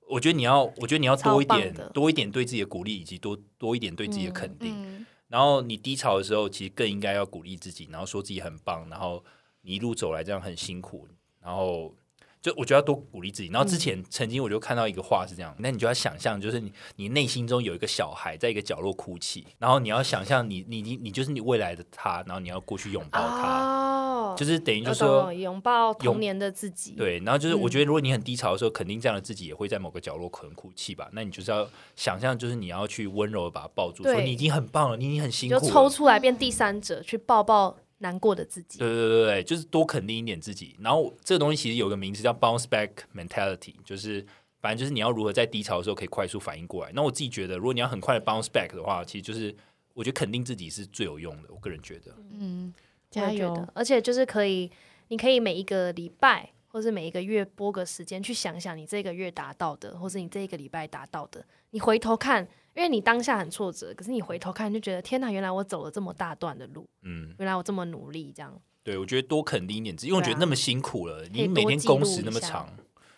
S3: 我觉得你要，我觉得你要多一点
S2: 超棒的，
S3: 多一点对自己的鼓励，以及多多一点对自己的肯定。
S1: 嗯，
S3: 然后你低潮的时候，其实更应该要鼓励自己，然后说自己很棒，然后你一路走来这样很辛苦，然后就我觉得要多鼓励自己。然后之前曾经我就看到一个话是这
S2: 嗯
S3: 样，那你就要想象，就是你你内心中有一个小孩在一个角落哭泣，然后你要想象你你你你就是你未来的他，然后你要过去拥抱他，
S2: 哦，
S3: 就是等于就
S2: 我
S3: 是说
S2: 懂拥抱
S3: 拥
S2: 童年的自己，，
S3: 对，然后就是我
S2: 嗯
S3: 觉得，如果你很低潮的时候，肯定这样的自己也会在某个角落可能哭泣吧。那你就是要想象，就是你要去温柔的把它抱住，说
S2: 对
S3: 你已经很棒了，你已经很辛苦
S2: 就
S3: 了。
S2: 抽出来变第三者去抱抱难过的自己，
S3: 对对对对，就是多肯定一点自己。然后这个东西其实有个名字叫 bounce back mentality，就是反正就是你要如何在低潮的时候可以快速反应过来。那我自己觉得，如果你要很快的 bounce back 的话，其实就是我觉得肯定自己是最有用的。我个人觉得，
S1: 嗯，
S2: 我
S1: 加
S2: 也觉
S1: 油
S2: 得，，而且就是可以，你可以每一个礼拜或是每一个月拨个时间去想想你这个月达到的，或是你这一个礼拜达到的，你回头看，因为你当下很挫折，可是你回头看就觉得天哪，原来我走了这么大段的路，
S3: 嗯，
S2: 原来我这么努力，这样
S3: 对我觉得多肯定一点自己，因为我觉
S2: 对啊
S3: 得那么辛苦了，
S2: 以
S3: 你每
S2: 多
S3: 天
S2: 记
S3: 工
S2: 录
S3: 时
S2: 一
S3: 那么
S2: 下
S3: 长，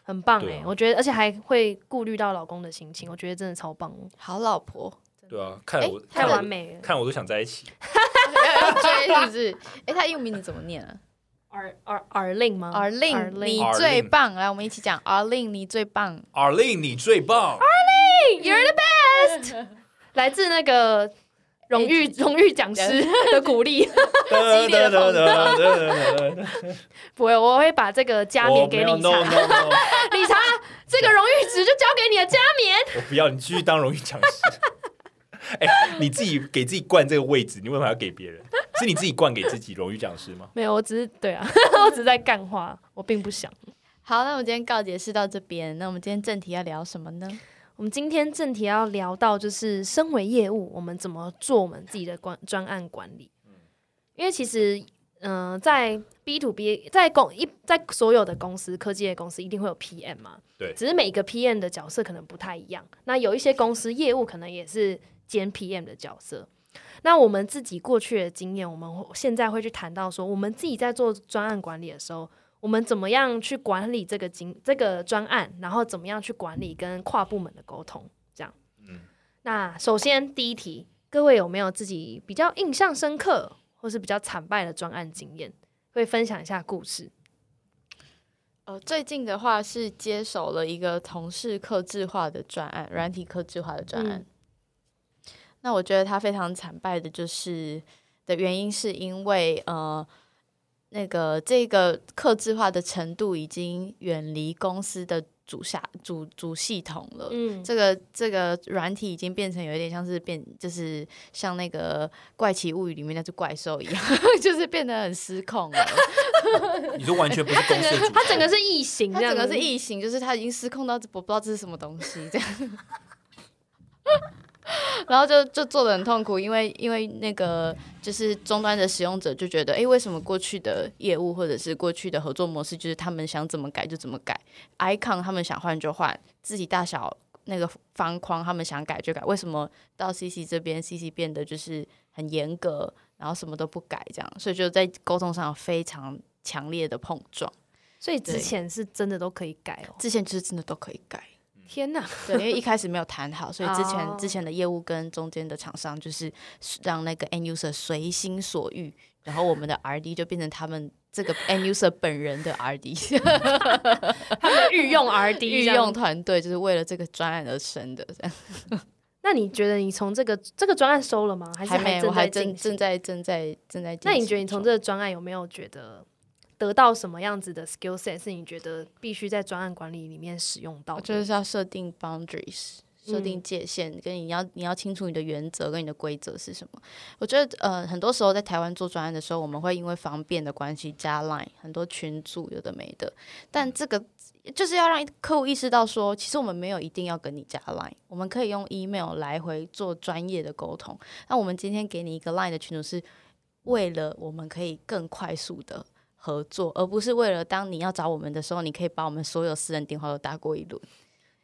S2: 很棒哎、
S3: 对啊
S2: 我觉得而且还会顾虑到老公的心情，我觉得真的超棒哦，
S1: 好老 婆，
S3: 对啊，看
S1: 哎
S3: 我
S2: 太
S3: 看
S2: 完
S3: 我
S2: 美了。
S3: 看我都想在一起。
S1: 要要追是不是？哎，他英文名字怎么念啊
S2: 耳耳耳令吗？
S1: ？Arlene，你最棒！来，我们一起讲 Arlene，你最棒。
S3: 阿令，你最棒！
S2: 啊 You're the best，来自那个荣誉荣誉讲师 的鼓励。
S3: 得
S1: 烈
S3: 得
S1: 的
S3: 得
S1: 讽刺
S3: 得得得，
S2: 不会，我会把这个加
S3: 我
S2: 冕
S3: 没
S2: 给
S3: 有
S2: 理查。
S3: no no no，
S2: 理查，这个荣誉值就交给你了。加冕，
S3: 我不要，你继续当荣誉讲师。 哎、你自己给自己冠这个位置，你为什么要给别人？是你自己冠给自己荣誉讲师吗？
S2: 没有，我只是对啊， 我只是在干话，我并不想。
S1: 好，那我们今天告解释到这边，那我们今天正题要聊什么呢？
S2: 我们今天正题要聊到，就是身为业务，我们怎么做我们自己的管专案管理？因为其实，嗯、在 B to B，在公一在所有的公司，科技类公司一定会有 PM 嘛，
S3: 对
S2: 只是每个 PM 的角色可能不太一样。那有一些公司业务可能也是兼 PM 的角色。那我们自己过去的经验，我们会现在会去谈到说，我们自己在做专案管理的时候，我们怎么样去管理这个经这个专案，然后怎么样去管理跟跨部门的沟通，这样。
S3: 嗯
S2: 那首先第一题，各位有没有自己比较印象深刻或是比较惨败的专案经验？会分享一下故事。
S1: 呃，最近的话是接手了一个同事克制化的专案，软体克制化的专案。
S2: 嗯
S1: 那我觉得他非常惨败的，就是的原因是因为呃，那个这个克制化的程度已经远离公司的主下主主系统了。
S2: 嗯，
S1: 这个这个软体已经变成有一点像是变，就是像那个《怪奇物语》里面那只怪兽一样， 就是变得很失控了。
S3: 你说完全不是公司的主
S2: 他整个是异形，
S1: 它
S2: 这样
S1: 整个
S2: 子
S1: 是异形，就是它已经失控到我不知道这是什么东西这样。 然后就就做的很痛苦，因为因为那个就是终端的使用者就觉得，哎，为什么过去的业务或者是过去的合作模式，就是他们想怎么改就怎么改，icon 他们想换就换，字体大小那个方框他们想改就改，为什么到 CC 这边 CC 变得就是很严格，然后什么都不改这样，所以就在沟通上有非常强烈的碰撞。
S2: 所以之
S1: 对
S2: 前是真的都可以改哦。
S1: 之前就是真的都可以改，
S2: 天哪，
S1: 对，因为一开始没有谈好，所以之前、
S2: 哦
S1: 之前的业务跟中间的厂商就是让那个 end user 随心所欲，然后我们的 RD 就变成他们这个 end user 本人的 RD
S2: 他们御用 RD
S1: 御
S2: 这样
S1: 用。团队，就是为了这个专案而生的。这样
S2: 那你觉得你从这个这个专案收了吗？还是
S1: 没，我
S2: 正
S1: 还
S2: 在
S1: 正
S2: 进行
S1: 正？在正在正在进行中。
S2: 那你觉得你从这个专案有没有觉得得到什么样子的 skill set 是你觉得必须在专案管理里面使用到
S1: 我
S2: 的？
S1: 觉得是要设定 boundaries，设定界限，跟你要你要清楚你的原则跟你的规则是什么。我觉得呃，很多时候在台湾做专案的时候，我们会因为方便的关系加 line 很多群组，有的没的。但这个就是要让客户意识到说，其实我们没有一定要跟你加 line，我们可以用 email 来回做专业的沟通。那我们今天给你一个 line 的群组，是为了我们可以更快速的。合作，而不是为了当你要找我们的时候，你可以把我们所有私人电话都打过一轮。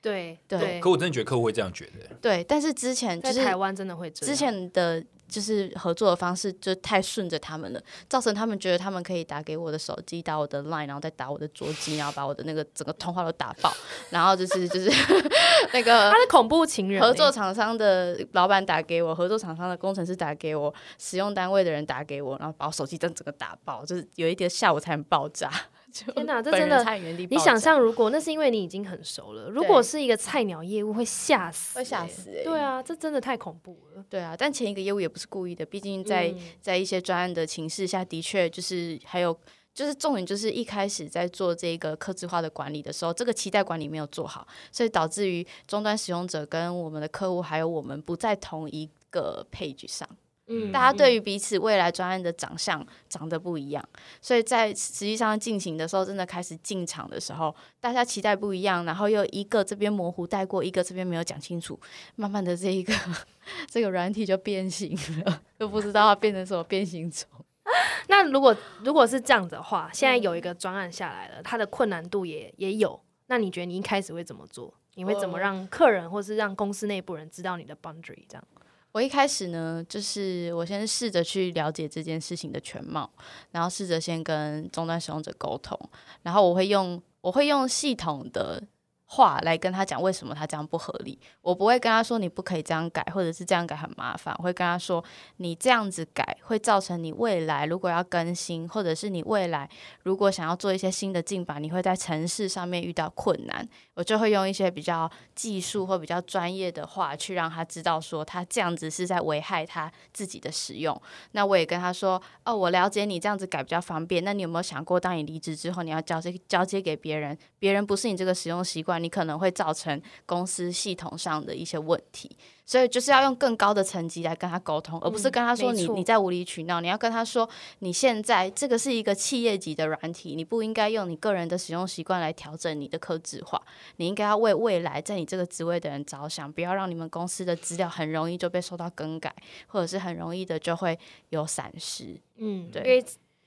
S2: 对
S1: 对
S3: 可我真的觉得客户会这样觉得，
S1: 对，但是之前就
S2: 在
S1: 是
S2: 台湾真的会这
S1: 之
S2: 样。
S1: 前的就是合作的方式就太顺着他们了，造成他们觉得他们可以打给我的手机，打我的 Line，然后再打我的桌机，然后把我的那个整个通话都打爆，然后就是就是 那个
S2: 他是恐怖情人欸、
S1: 合作厂商的老板打给我，合作厂商的工程师打给我，使用单位的人打给我，然后把我手机灯整个打爆，就是有一天下午才能爆炸。就
S2: 天哪这
S1: 本
S2: 真
S1: 人
S2: 的
S1: 差点原地爆
S2: 你
S1: 炸，
S2: 想象，如果那是因为你已经很熟了，如果是一个菜鸟业务，会吓死、
S1: 会吓
S2: 欸。
S1: 死、欸，
S2: 对啊，这真的太恐怖了。
S1: 对啊，但前一个业务也不是故意的，毕竟在、
S2: 嗯
S1: 在一些专案的情势下，的确就是还有就是重点就是一开始在做这个客制化的管理的时候，这个期待管理没有做好，所以导致于终端使用者跟我们的客户还有我们不在同一个 page 上。
S2: 嗯
S1: 大家对于彼此未来专案的长相长得不一样，所以在实际上进行的时候，真的开始进场的时候，大家期待不一样，然后又一个这边模糊带过，一个这边没有讲清楚，慢慢的这一个 这个软体就变形了，都不知道它变成什么变形虫。
S2: 那如果如果是这样子的话，现在有一个专案下来了，它的困难度也也有。那你觉得你一开始会怎么做？你会怎么
S1: 哦
S2: 让客人或是让公司内部人知道你的 boundary 这样？
S1: 我一开始呢，就是我先试着去了解这件事情的全貌，然后试着先跟终端使用者沟通，然后我会用我会用系统的话来跟他讲为什么他这样不合理。我不会跟他说你不可以这样改，或者是这样改很麻烦。我会跟他说，你这样子改会造成你未来如果要更新，或者是你未来如果想要做一些新的进版，你会在城市上面遇到困难。我就会用一些比较技术或比较专业的话去让他知道说他这样子是在危害他自己的使用。那我也跟他说，哦，我了解你这样子改比较方便。那你有没有想过，当你离职之后，你要交接交接给别人，别人不是你这个使用习惯，你可能会造成公司系统上的一些问题。所以就是要用更高的层级来跟他沟通，而不是跟他说
S2: 嗯没
S1: 你
S2: 错
S1: 你在无理取闹。你要跟他说，你现在这个是一个企业级的软体，你不应该用你个人的使用习惯来调整你的科制化。你应该要为未来在你这个职位的人着想，不要让你们公司的资料很容易就被受到更改，或者是很容易的就会有闪失。
S2: 嗯，
S1: 对
S2: 因为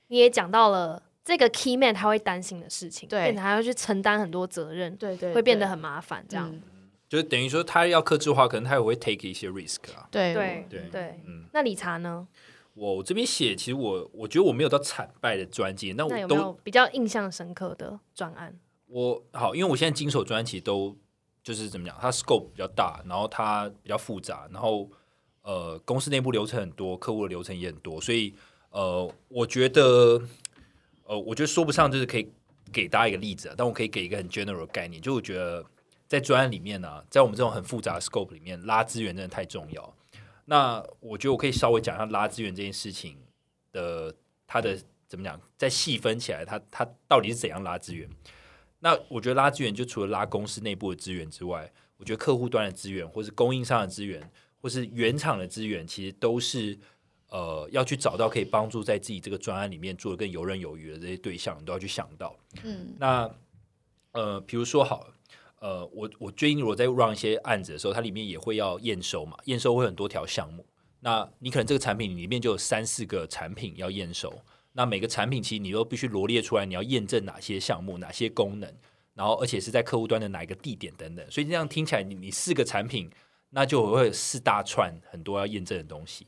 S2: 你也讲到了这个 key man 他会担心的事情，
S1: 对
S2: 变成他要去承担很多责任，
S1: 对对
S2: 会变得很麻烦这样。
S1: 嗯
S3: 就是等于说他要克制化，可能他也会 take 一些 risk 啊。
S1: 对
S2: 对
S3: 对
S2: 对
S3: 嗯，
S2: 那理查呢？
S3: 我这边写，其实我我觉得我没有到惨败的专辑，那
S2: 那
S3: 我
S2: 有没
S3: 都
S2: 有比较印象深刻的专案？
S3: 我好，因为我现在经手专辑都就是怎么讲，它 scope 比较大，然后它比较复杂，然后呃，公司内部流程很多，客户的流程也很多，所以呃，我觉得呃，我觉得说不上就是可以给大家一个例子、啊，但我可以给一个很 general 的概念，就我觉得在专案里面呢、在我们这种很复杂的 scope 里面，拉资源真的太重要。那我觉得我可以稍微讲一下拉资源这件事情的它的怎么讲，再细分起来，它它到底是怎样拉资源？那我觉得拉资源就除了拉公司内部的资源之外，我觉得客户端的资源，或是供应商的资源，或是原厂的资源，其实都是呃要去找到可以帮助在自己这个专案里面做的更游刃有余的这些对象，你都要去想到。
S1: 嗯，
S3: 那呃，比如说好了，呃，我我最近如果在 run 一些案子的时候，它里面也会要验收嘛，验收会很多条项目。那你可能这个产品里面就有三四个产品要验收，那每个产品其实你都必须罗列出来，你要验证哪些项目、哪些功能，然后而且是在客户端的哪一个地点等等。所以这样听起来你，你四个产品，那就会有四大串很多要验证的东西。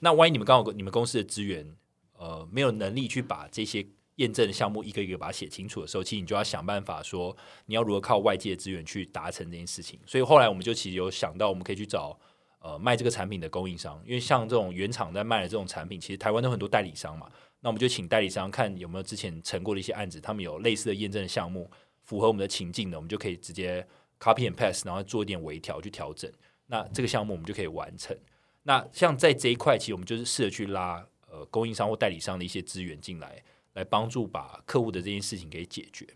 S3: 那万一你们刚好你们公司的资源呃没有能力去把这些验证的项目一个一个把它写清楚的时候，其实你就要想办法说你要如何靠外界的资源去达成这件事情。所以后来我们就其实有想到，我们可以去找呃卖这个产品的供应商，因为像这种原厂在卖的这种产品，其实台湾都很多代理商嘛。那我们就请代理商看有没有之前成过的一些案子，他们有类似的验证的项目，符合我们的情境的，我们就可以直接 copy and paste，然后做一点微调去调整。那这个项目我们就可以完成。那像在这一块，其实我们就是试着去拉呃供应商或代理商的一些资源进来，来帮助把客户的这件事情给解决。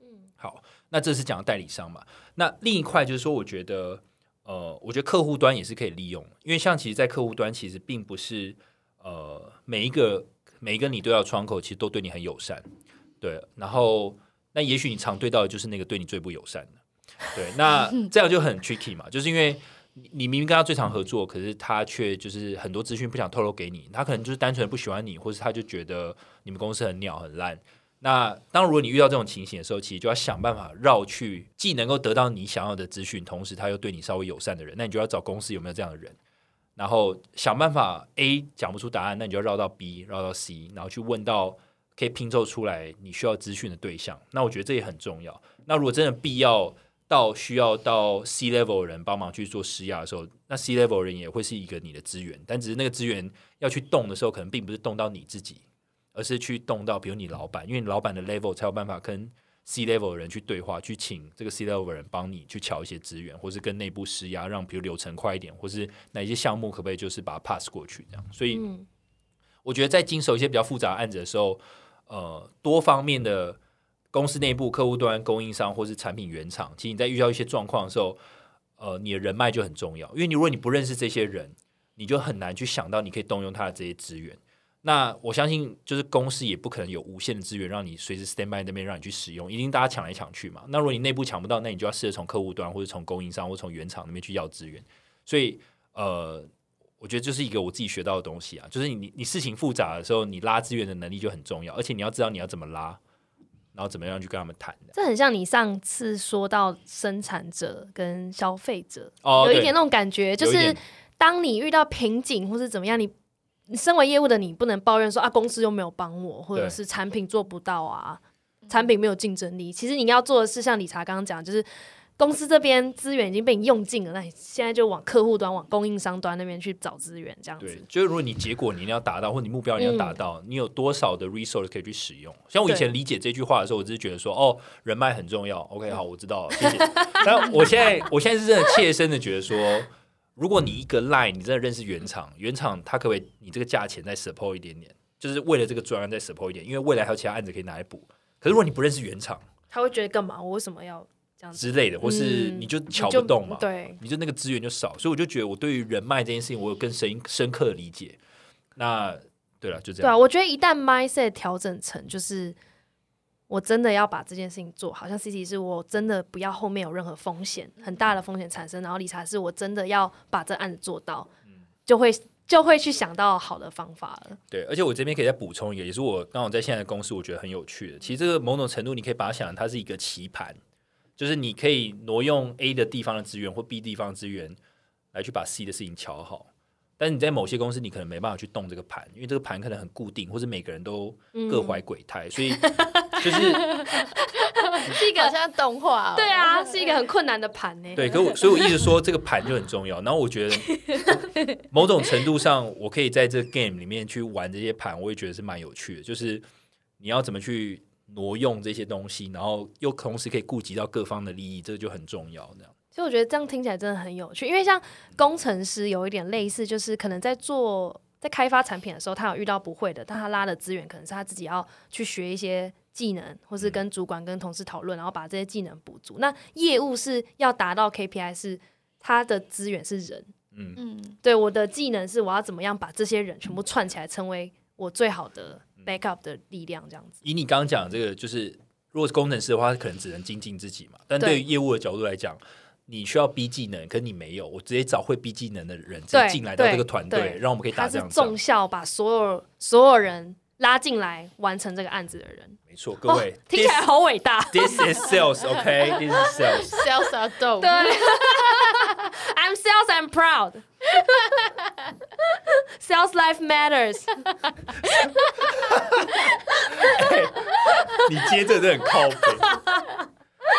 S3: 嗯，好，那这是讲代理商嘛？那另一块就是说，我觉得呃，我觉得客户端也是可以利用的，因为像其实，在客户端其实并不是呃每一个每一个你对到的窗口，其实都对你很友善，对。然后那也许你常对到的就是那个对你最不友善的，对。那这样就很 tricky 嘛，就是因为。你你明明跟他最常合作，可是他却就是很多资讯不想透露给你，他可能就是单纯地不喜欢你，或是他就觉得你们公司很鸟很烂。那当如果你遇到这种情形的时候，其实就要想办法绕去既能够得到你想要的资讯，同时他又对你稍微友善的人，那你就要找公司有没有这样的人，然后想办法 A 讲不出答案，那你就要绕到 B，绕到 C，然后去问到可以拼凑出来你需要资讯的对象。那我觉得这也很重要。那如果真的必要到需要到 C level 的人帮忙去做施压的时候，那 C level 人也会是一个你的资源，但只是那个资源要去动的时候，可能并不是动到你自己，而是去动到比如你老板，因为你老板的 level 才有办法跟 C level 的人去对话，去请这个 C level 的人帮你去瞧一些资源，或是跟内部施压，让比如流程快一点，或是哪一些项目可不可以就是把它 pass 过去这样。所以
S2: 嗯，
S3: 我觉得在经手一些比较复杂的案子的时候，呃，多方面的公司内部、客户端、供应商或是产品原厂，其实你在遇到一些状况的时候，呃，你的人脉就很重要，因为你如果你不认识这些人，你就很难去想到你可以动用他的这些资源。那我相信，就是公司也不可能有无限的资源让你随时 stand by 那边让你去使用，一定大家抢来抢去嘛。那如果你内部抢不到，那你就要试着从客户端或者从供应商或从原厂那边去要资源。所以，呃，我觉得就是一个我自己学到的东西啊，就是你你事情复杂的时候，你拉资源的能力就很重要，而且你要知道你要怎么拉，然后怎么样去跟他们谈的。
S2: 这很像你上次说到生产者跟消费者，
S3: 哦，
S2: 有一
S3: 对
S2: 点那种感觉，就
S3: 有一
S2: 是
S3: 点
S2: 当你遇到瓶颈或是怎么样，你你身为业务的你不能抱怨说啊公司又没有帮我，或者
S3: 对
S2: 是产品做不到啊，产品没有竞争力。其实你要做的是像理查刚刚讲，就是公司这边资源已经被你用尽了，那你现在就往客户端、往供应商端那边去找资源，这样
S3: 对
S2: 子。，嗯
S3: 就是如果你结果你一定要达到，或你目标你要达到，你有多少的 resource 可以去使用？像我以
S2: 对
S3: 前理解这句话的时候，我只是觉得说，哦，人脉 很重要。OK，好，我知道了，谢谢。但我现在， 我现在是真的切身的觉得说，如果你一个 line 你真的认识原厂，原厂它可不可以你这个价钱再 support 一点点，就是为了这个专案再 support 一点，因为未来还有其他案子可以拿来补。可是如果你不认识原厂
S2: 他会觉得干嘛？我为什么要这样子？
S3: 之类的，或是
S2: 嗯
S3: 你就瞧
S2: 你就
S3: 不动嘛，
S2: 对，
S3: 你就那个资源就少，所以我就觉得我对于人脉这件事情，我有更深深刻的理解。那对了，就这
S2: 对啊，
S3: 样。
S2: 我觉得一旦 mindset 调整成就是我真的要把这件事情做好，像 C C 是我真的不要后面有任何风险，很大的风险产生，然后理查是我真的要把这案子做到，就会就会去想到好的方法了。
S3: 对而且我这边可以再补充一个，也是我刚好在现在的公司，我觉得很有趣的。其实这个某种程度，你可以把它想成它是一个棋盘，就是你可以挪用 A 的地方的资源或 B 地方的资源来去把 C 的事情瞧好。但是你在某些公司，你可能没办法去动这个盘，因为这个盘可能很固定，或者每个人都各怀鬼胎，所以就是
S2: 是一
S1: 好
S2: 个
S1: 像动画、哦，
S2: 对啊，是一个很困难的盘 呢、
S3: 对，可我所以我一直说这个盘就很重要。然后我觉得某种程度上，我可以在这个 game 里面去玩这些盘，我也觉得是蛮有趣的。就是你要怎么去挪用这些东西，然后又同时可以顾及到各方的利益，这个就很重要。这样
S2: 所以我觉得这样听起来真的很有趣，因为像工程师有一点类似，就是可能在做在开发产品的时候，他有遇到不会的，但他拉的资源可能是他自己要去学一些技能，或
S3: 嗯
S2: 是跟主管、跟同事讨论，然后把这些技能补足。那业务是要达到 KPI 是。他的资源是人，
S3: 嗯，
S1: 嗯，
S2: 对我的技能是我要怎么样把这些人全部串起来，成为我最好的
S3: 嗯
S2: backup 的力量，这样子。
S3: 以你刚刚讲的这个，就是如果是工程师的话，他可能只能精进自己嘛。但
S2: 对
S3: 对于业务的角度来讲，你需要 B 技能，可你没有，我直接找会 B 技能的人直接
S2: 对
S3: 进来到这个团
S2: 对
S3: 队
S2: 对，
S3: 让我们可以
S2: 他
S3: 打
S2: 是
S3: 这样啊仗
S2: 重效把所有所有人拉进来完成这个案子的人。
S3: 没错，各位
S2: 哦，听起来好伟大。
S3: This is sales，OK，This、is sales。
S1: 潇洒动，
S2: 对 ，I'm sales, I'm proud. sales life matters.
S3: 你接这个真的很靠背。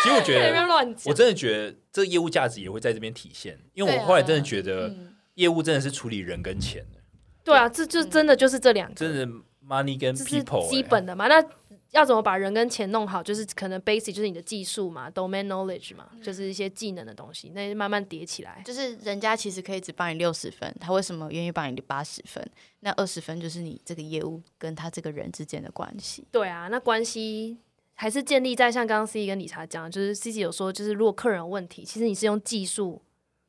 S3: 其实我觉
S2: 别
S3: 得，
S2: 乱
S3: 我
S2: 讲。
S3: 真的觉得这业务价值也会在这边体现，因
S2: 啊
S3: 为我后来真的觉得
S1: 嗯
S3: 业务真的是处理人跟钱的，
S2: 对啊，这就真的就是这两个，
S3: 真的 money 跟
S2: 这是
S3: people
S2: 基
S3: 欸
S2: 本的嘛。那要怎么把人跟钱弄好？就是可能 basic 就是你的技术嘛，domain knowledge 嘛，就是一些技能的东西，那慢慢叠起来。
S1: 就是人家其实可以只帮你六十分，他为什么愿意帮你八十分？那二十分就是你这个业务跟他这个人之间的关系。
S2: 对啊，那关系还是建立在像刚刚 C 跟理查讲的，就是 C C 有说，就是如果客人有问题，其实你是用技术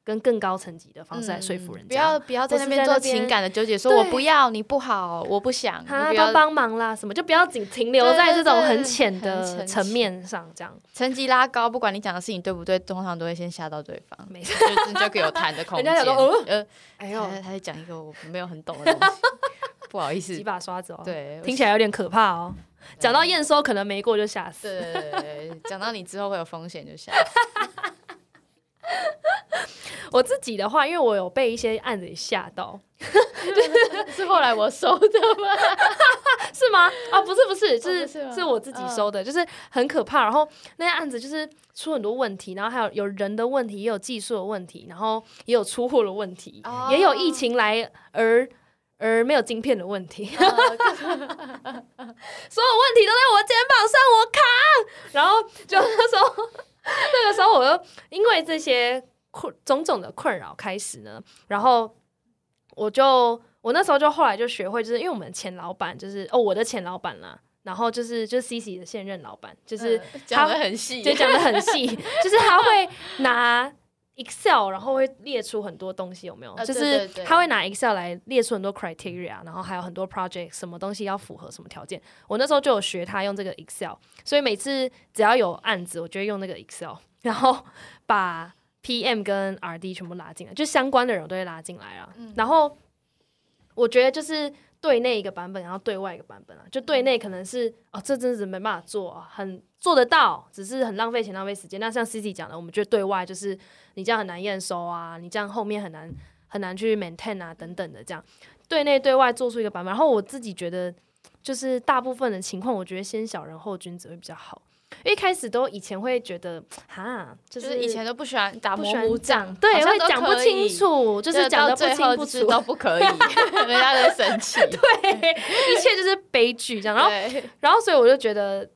S2: 跟更高层级的方式来说服人
S1: 不
S2: 家。
S1: 要不要在那边
S2: 不是在
S1: 做
S2: 那边
S1: 情感的纠结，说
S2: 对
S1: 我不要你不好，我不想，你
S2: 他
S1: 不
S2: 帮
S1: 要
S2: 帮忙啦，什么就不要仅停留
S1: 对
S2: 在
S1: 对
S2: 这种
S1: 对
S2: 很浅
S1: 很
S2: 的
S1: 浅
S2: 层面上，这样
S1: 成绩拉高，不管你讲的事情对不对，通常都会先吓到对方，
S2: 没
S1: 错， 就就给我谈 的空间。
S2: 人家想说哦
S1: 呃，
S2: 哎呦
S1: 他他在 讲一个我没有很懂的东西，不好意
S2: 几
S1: 思，
S2: 把刷子哦，，
S1: 对，
S2: 听起来有点可怕哦。讲到验收可能没过就吓死。
S1: 对对对对对，讲到你之后会有风险就下。
S2: 我自己的话，因为我有被一些案子给吓到，
S1: 是后来我收的吗？
S2: 是吗？啊，不是不是，就
S1: 哦
S2: 是、
S1: 不是吗
S2: 是我自己收的，就是很可怕。然后那些案子就是出很多问题，然后还有有人的问题，也有技术的问题，然后也有出货的问题，
S1: 哦
S2: 也有疫情来而而没有晶片的问题，所有问题都在我肩膀上，我扛。然后就那时候， 那个时候我就因为这些困种种的困扰开始呢，然后我就我那时候就后来就学会，就是因为我们前老板就是哦我的前老板啦，然后就是就是 C C 的现任老板，就是、
S1: 嗯讲的很细，
S2: 就讲的 很细，就是他会拿 Excel，然后会列出很多东西，有没有？
S1: 啊
S2: 就
S1: 对
S2: 是
S1: 对对
S2: 他会拿 Excel 来列出很多 criteria，然后还有很多 project 什么东西要符合什么条件。我那时候就有学他用这个 Excel，所以每次只要有案子，我就会用那个 Excel，然后把 PM 跟 RD 全部拉进来，就相关的人我都会拉进来啊。
S1: 嗯
S2: 然后我觉得就是对内一个版本，然后对外一个版本啊。就对内可能是哦，这真的是没办法做啊，很做得到，只是很浪费钱、浪费时间。那像 C C 讲的，我们觉得对外就是你这样很难验收啊，你这样后面很难很难去 maintain 啊等等的这样。对内对外做出一个版本，然后我自己觉得就是大部分的情况，我觉得先小人后君子会比较好。因为一开始都以前会觉得哈，就
S1: 就是以前都不喜欢打
S2: 不
S1: 模
S2: 喜欢
S1: 糊仗，
S2: 对
S1: 好像
S2: 会
S1: 都
S2: 讲不
S1: 可
S2: 清
S1: 以，
S2: 楚，就是
S1: 对
S2: 讲
S1: 到
S2: 的不
S1: 最后
S2: 清不
S1: 就是
S2: 楚，
S1: 都不可以，人家都会生气。
S2: 对， 一切就是悲剧 这样。然后，
S1: 对，
S2: 然后，所以我就觉得，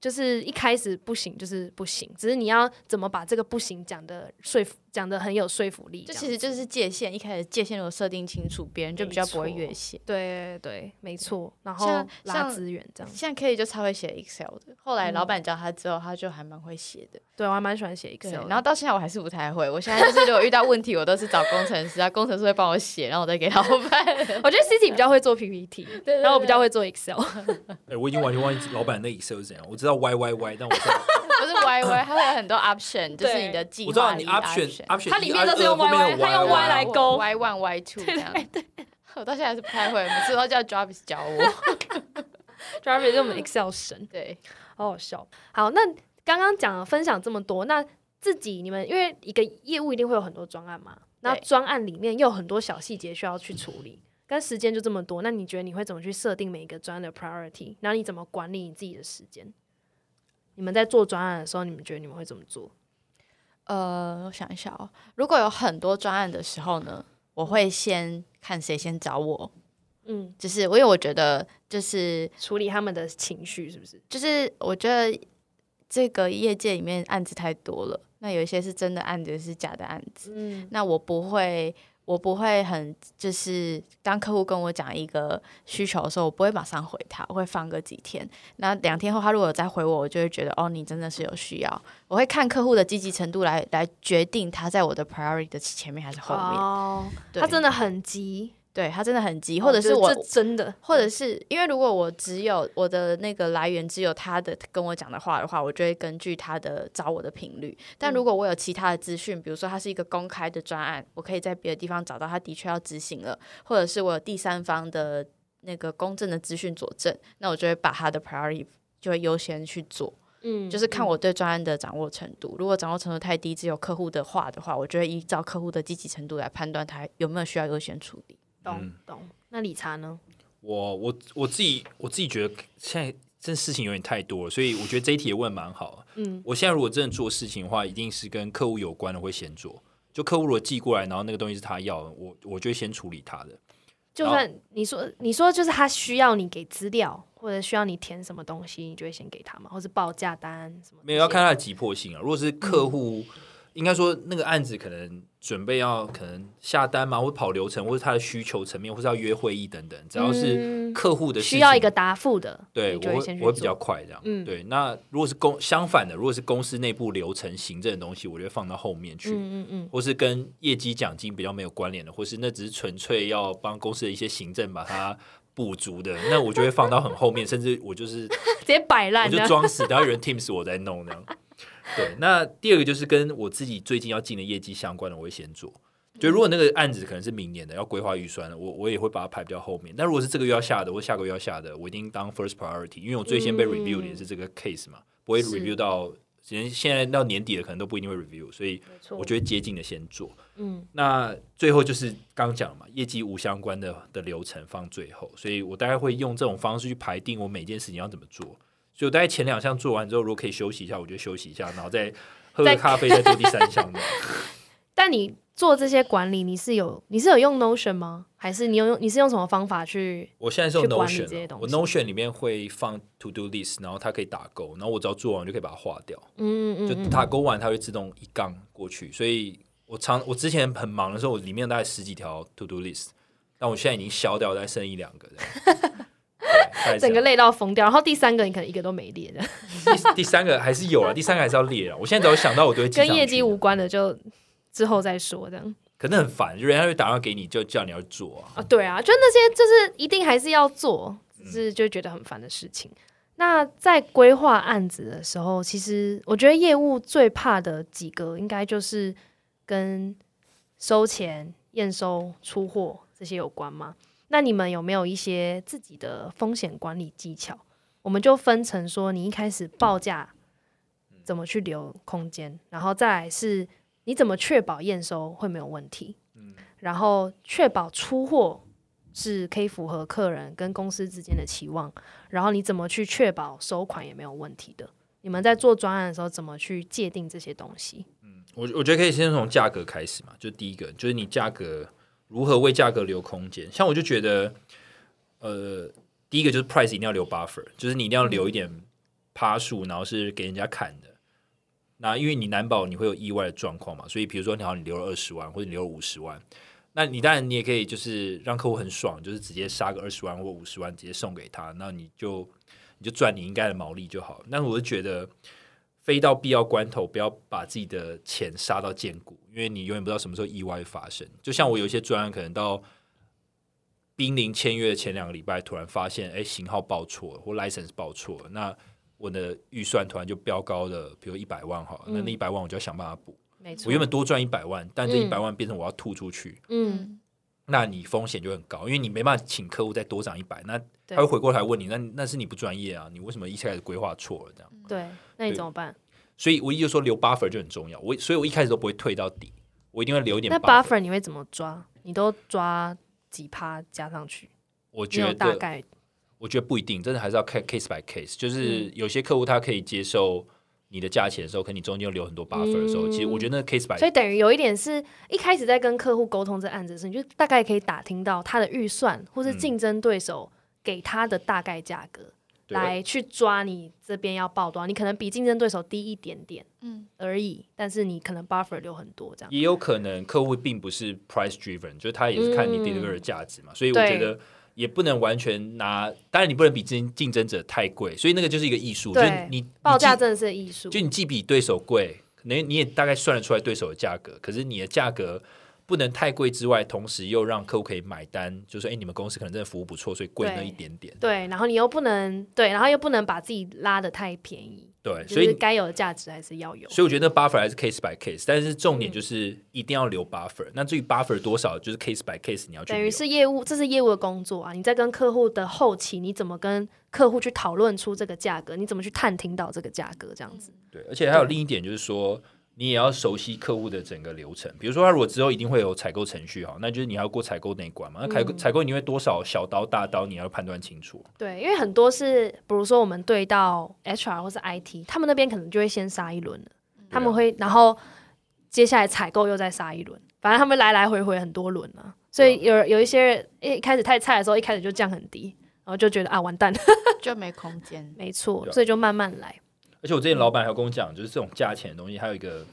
S2: 就是一开始不行，就是不行，只是你要怎么把这个不行讲的说服，讲的很有说服力这
S1: 这
S2: 样。
S1: 其实就是界限，一开始界限如果设定清楚，别人就比较不会越线。
S2: 对对，没错。然后
S1: 像
S2: 拉
S1: 像
S2: 资源这样，
S1: 像 K 就超会写 Excel 的，后来
S2: 嗯
S1: 老板教他之后，他就还蛮会写的。
S2: 对我还蛮喜欢写
S1: 对，
S2: Excel 的。
S1: 然后到现在我还是不太会。我现在就是如果遇到问题，我都是找工程师啊，工程师会帮我写，然后我再给老板。
S2: 我觉得 C C 比较会做 PPT，
S1: 对
S2: 然后我比较
S1: 对
S2: 会做 Excel。
S3: 哎，我已经完全忘记老板那 Excel 是怎样，我知道 Y Y Y，但我知道
S1: 不是 YY，它会有很多 option，就是
S2: 对
S1: 你的计
S3: 我知道
S1: 划
S3: 你
S1: 里
S3: option option，呃
S2: 它里面都是用 YY 它用 Y 来勾
S1: Y one Y two 这样。 我到现在还是不太会，每次都叫 Jarvis 教我。
S2: Jarvis 是我们 Excel 神，
S1: 对，
S2: 好好笑。好，那刚刚讲了分享这么多，那自己你们因为一个业务一定会有很多专案嘛，那专案里面又有很多小细节需要去处理，但时间就这么多，那你觉得你会怎么去设定每一个专案的 priority？然后你怎么管理你自己的时间？你们在做专案的时候，你们觉得你们会怎么做？
S1: 呃，我想一下哦，如果有很多专案的时候呢，我会先看谁先找我，
S2: 嗯，
S1: 就是因为我觉得就是
S2: 处理他们的情绪是不是？
S1: 就是我觉得这个业界里面案子太多了，那有一些是真的案子，是假的案子。
S2: 嗯，
S1: 那我不会，我不会很就是当客户跟我讲一个需求的时候，我不会马上回他，我会放个几天。那两天后他如果有再回我，我就会觉得哦，你真的是有需要。我会看客户的积极程度来来决定他在我的 priority 的前面还是后面。
S2: 哦，
S1: 对
S2: 他真的很急，
S1: 对他真的很急，或者是
S2: 哦
S1: 我
S2: 这真的，
S1: 或者是因为如果我只有我的那个来源只有他的跟我讲的话的话，我就会根据他的找我的频率。但如果我有其他的资讯，比如说它是一个公开的专案，我可以在别的地方找到他的确要执行了，或者是我有第三方的那个公正的资讯佐证，那我就会把他的 priority 就会优先去做，
S2: 嗯
S1: 就是看我对专案的掌握程度。如果掌握程度太低，只有客户的话的话，我就会依照客户的积极程度来判断他有没有需要优先处理。
S2: 懂懂。那理查呢？
S3: 我我我自己我自己觉得现在这事情有点太多了，所以我觉得这一题也问蛮好。嗯，我现在如果真的做事情的话，一定是跟客户有关的会先做。就客户如果寄过来，然后那个东西是他要的，我我就会先处理他的。
S2: 就
S3: 然后
S2: 算你说你说就是他需要你给资料，或者需要你填什么东西，你就会先给他嘛，或是报价单什么这些。
S3: 没有要看他的急迫性啊。如果是客
S2: 嗯
S3: 户，应该说那个案子可能准备要可能下单嘛，或跑流程，或是他的需求层面，或是要约会议等等，只要是
S2: 嗯
S3: 客户的事
S2: 需要
S3: 情
S2: 一个答复的，
S3: 对，
S2: 你
S3: 我
S2: 就
S3: 会
S2: 先去
S3: 我会比
S2: 做。
S3: 较快这样。
S2: 嗯
S3: 对。那如果是公相反的，如果是公司内部流程行政的东西，我就会放到后面去，
S2: 嗯嗯 嗯，
S3: 或是跟业绩奖金比较没有关联的，或是那只是纯粹要帮公司的一些行政把它补足的，那我就会放到很后面，甚至我就是
S2: 直接摆
S3: 我
S2: 烂
S3: 就
S2: 的。
S3: 装死，然后有人 Teams 我在弄这样。对，那第二个就是跟我自己最近要进的业绩相关的，我会先做。就如果那个案子可能是明年的，要规划预算的，我我也会把它排比较后面。但如果是这个月要下的，或下个月要下的，我一定当 first priority，因为我最先被
S2: 嗯
S3: review 的也是这个 case 嘛，不会
S2: 是
S3: review 到，人现在到年底了，可能都不一定会 review，所以
S1: 没错
S3: 我觉得接近的先做。
S2: 嗯，
S3: 那最后就是刚讲了嘛，业绩无相关的的流程放最后，所以我大概会用这种方式去排定我每件事情要怎么做。所以我大概前两项做完之后，如果可以休息一下，我就休息一下，然后再喝
S2: 再
S3: 个咖啡，再做第三项 的。
S2: 但你做这些管理，你是有你是有用 Notion 吗？还是你有用你是用什么方法去？
S3: 我现在是用
S2: 去管理这
S3: Notion，
S2: 些
S3: 啊
S2: 东
S3: 我
S2: 西
S3: Notion 里面会放 To Do List，然后它可以打勾，然后我只要做完我就可以把它划掉，
S2: 嗯嗯
S3: 就
S2: 嗯
S3: 打勾完它会自动一杠过去。所以我常我之前很忙的时候，我里面大概十几条 To Do List，但我现在已经消掉，再剩一两个这样。对大概
S2: 嗯，
S3: 这
S2: 整个
S3: 样
S2: 累到疯掉。然后第三个你可能一个都没 列的，
S3: 第第三个还是有啊，第三个还是要列啊。我现在只要想到我都会记
S2: 跟
S3: 上
S2: 业
S3: 去
S2: 绩无关的就之后再说这样。
S3: 可能很烦，人家会打电话给你，就叫你要做啊。
S2: 啊，对啊，就那些就是一定还是要做，只是就觉得很烦的事情。那在规划案子的时候，其实我觉得业务最怕的几个，应该就是跟收钱、验收、出货这些有关嘛。那你们有没有一些自己的风险管理技巧？我们就分成说，你一开始报价怎么去留空间，然后再来是你怎么确保验收会没有问题，然后确保出货是可以符合客人跟公司之间的期望，然后你怎么去确保收款也没有问题的？你们在做专案的时候怎么去界定这些东西？
S3: 我我觉得可以先从价格开始嘛，就第一个就是你价格如何为价格留空间。像我就觉得，呃，第一个就是 price 一定要留 buffer，就是你一定要留一点趴数，然后是给人家砍的。那因为你难保你会有意外的状况嘛，所以比如说你好，你留了二十万或者你留了五十万，那你当然你也可以就是让客户很爽，就是直接杀个二十万或五十万直接送给他，那你就你就赚你应该的毛利就好。但是我就觉得。非到必要关头，不要把自己的钱杀到见骨，因为你永远不知道什么时候意外会发生。就像我有一些专案，可能到濒临签约的前两个礼拜，突然发现，哎，型号报错了或 license 报错了，那我的预算突然就飙高了，比如一百万哈，那那一百万我就要想办法补。
S2: 嗯没错，
S3: 我原本多赚一百万，但这一
S2: 嗯
S3: 百万变成我要吐出去，
S2: 嗯，
S3: 那你风险就很高，因为你没办法请客户再多涨一百，那
S2: 对
S3: 他会回过头来问你，那那是你不专业啊，你为什么一开始规划错了这样？
S2: 对，那你
S3: 对
S2: 怎么办？
S3: 所以我一就说留 buffer 就很重要。我所以我一开始都不会退到底，我一定会留一点
S2: 那 buffer 你会怎么抓？你都抓几趴加上去？
S3: 我
S2: 你
S3: 觉
S2: 有大
S3: 得
S2: 概
S3: 我觉得不一定，真的还是要看 case by case。就是
S2: 嗯
S3: 有些客户他可以接受你的价钱的时候，可你中间又留很多 buffer 的时候，
S2: 嗯
S3: 其实我觉得那个 case by
S2: 所以等于有一点是一开始在跟客户沟通这案子的时候，你就大概可以打听到他的预算或是
S3: 嗯
S2: 竞争对手给他的大概价格，
S3: 对
S2: 来去抓你这边要报多少。你可能比竞争对手低一点点
S1: 嗯，
S2: 而已，但是你可能 buffer 留很多这样。
S3: 也有可能客户并不是 price driven，就是他也是看你
S2: 嗯
S3: deliver 的价值嘛，所以我
S2: 对
S3: 觉得也不能完全拿，当然你不能比竞竞争者太贵，所以那个就是一个艺术，就
S2: 对
S3: 是你你
S2: 报价
S3: 既
S2: 真的是艺术
S3: 就，你既比对手贵，可能你也大概算得出来对手的价格，可是你的价格不能太贵之外，同时又让客户可以买单，就说哎、诶你们公司可能真的服务不错，所以贵那
S2: 对
S3: 一点点。
S2: 对，然后你又不能对，然后又不能把自己拉得太便宜，
S3: 对，
S2: 就
S3: 所
S2: 是
S3: 以
S2: 该有的价值还是要有。
S3: 所以我觉得那 buffer 还是 case by case，但是
S2: 嗯
S3: 重点就是一定要留 buffer。那至于 buffer 多少，就是 case by case 你要去
S2: 等
S3: 留
S2: 于。是业务，这是业务的工作啊！你在跟客户的后期，你怎么跟客户去讨论出这个价格？你怎么去探听到这个价格？这样子，
S3: 对，而且还有另一点就是说，你也要熟悉客户的整个流程。比如说，他如果之后一定会有采购程序哈，那就是你还要过采购那一关嘛。那采
S2: 嗯
S3: 购采购你会多少小刀大刀，你要判断清楚。
S2: 对，因为很多是，比如说我们对到 HR 或是 IT，他们那边可能就会先杀一轮了，嗯
S3: 啊
S2: 他们会，然后接下来采购又再杀一轮，反正他们来来回回很多轮啊。所以有有一些人一开始太菜的时候，一开始就降很低，然后就觉得啊完蛋，
S1: 就没空间。
S2: 没错，
S3: 对啊
S2: 所以就慢慢来。
S3: 而且我之前老板还有跟我讲，就是这种价钱的东西，还有一个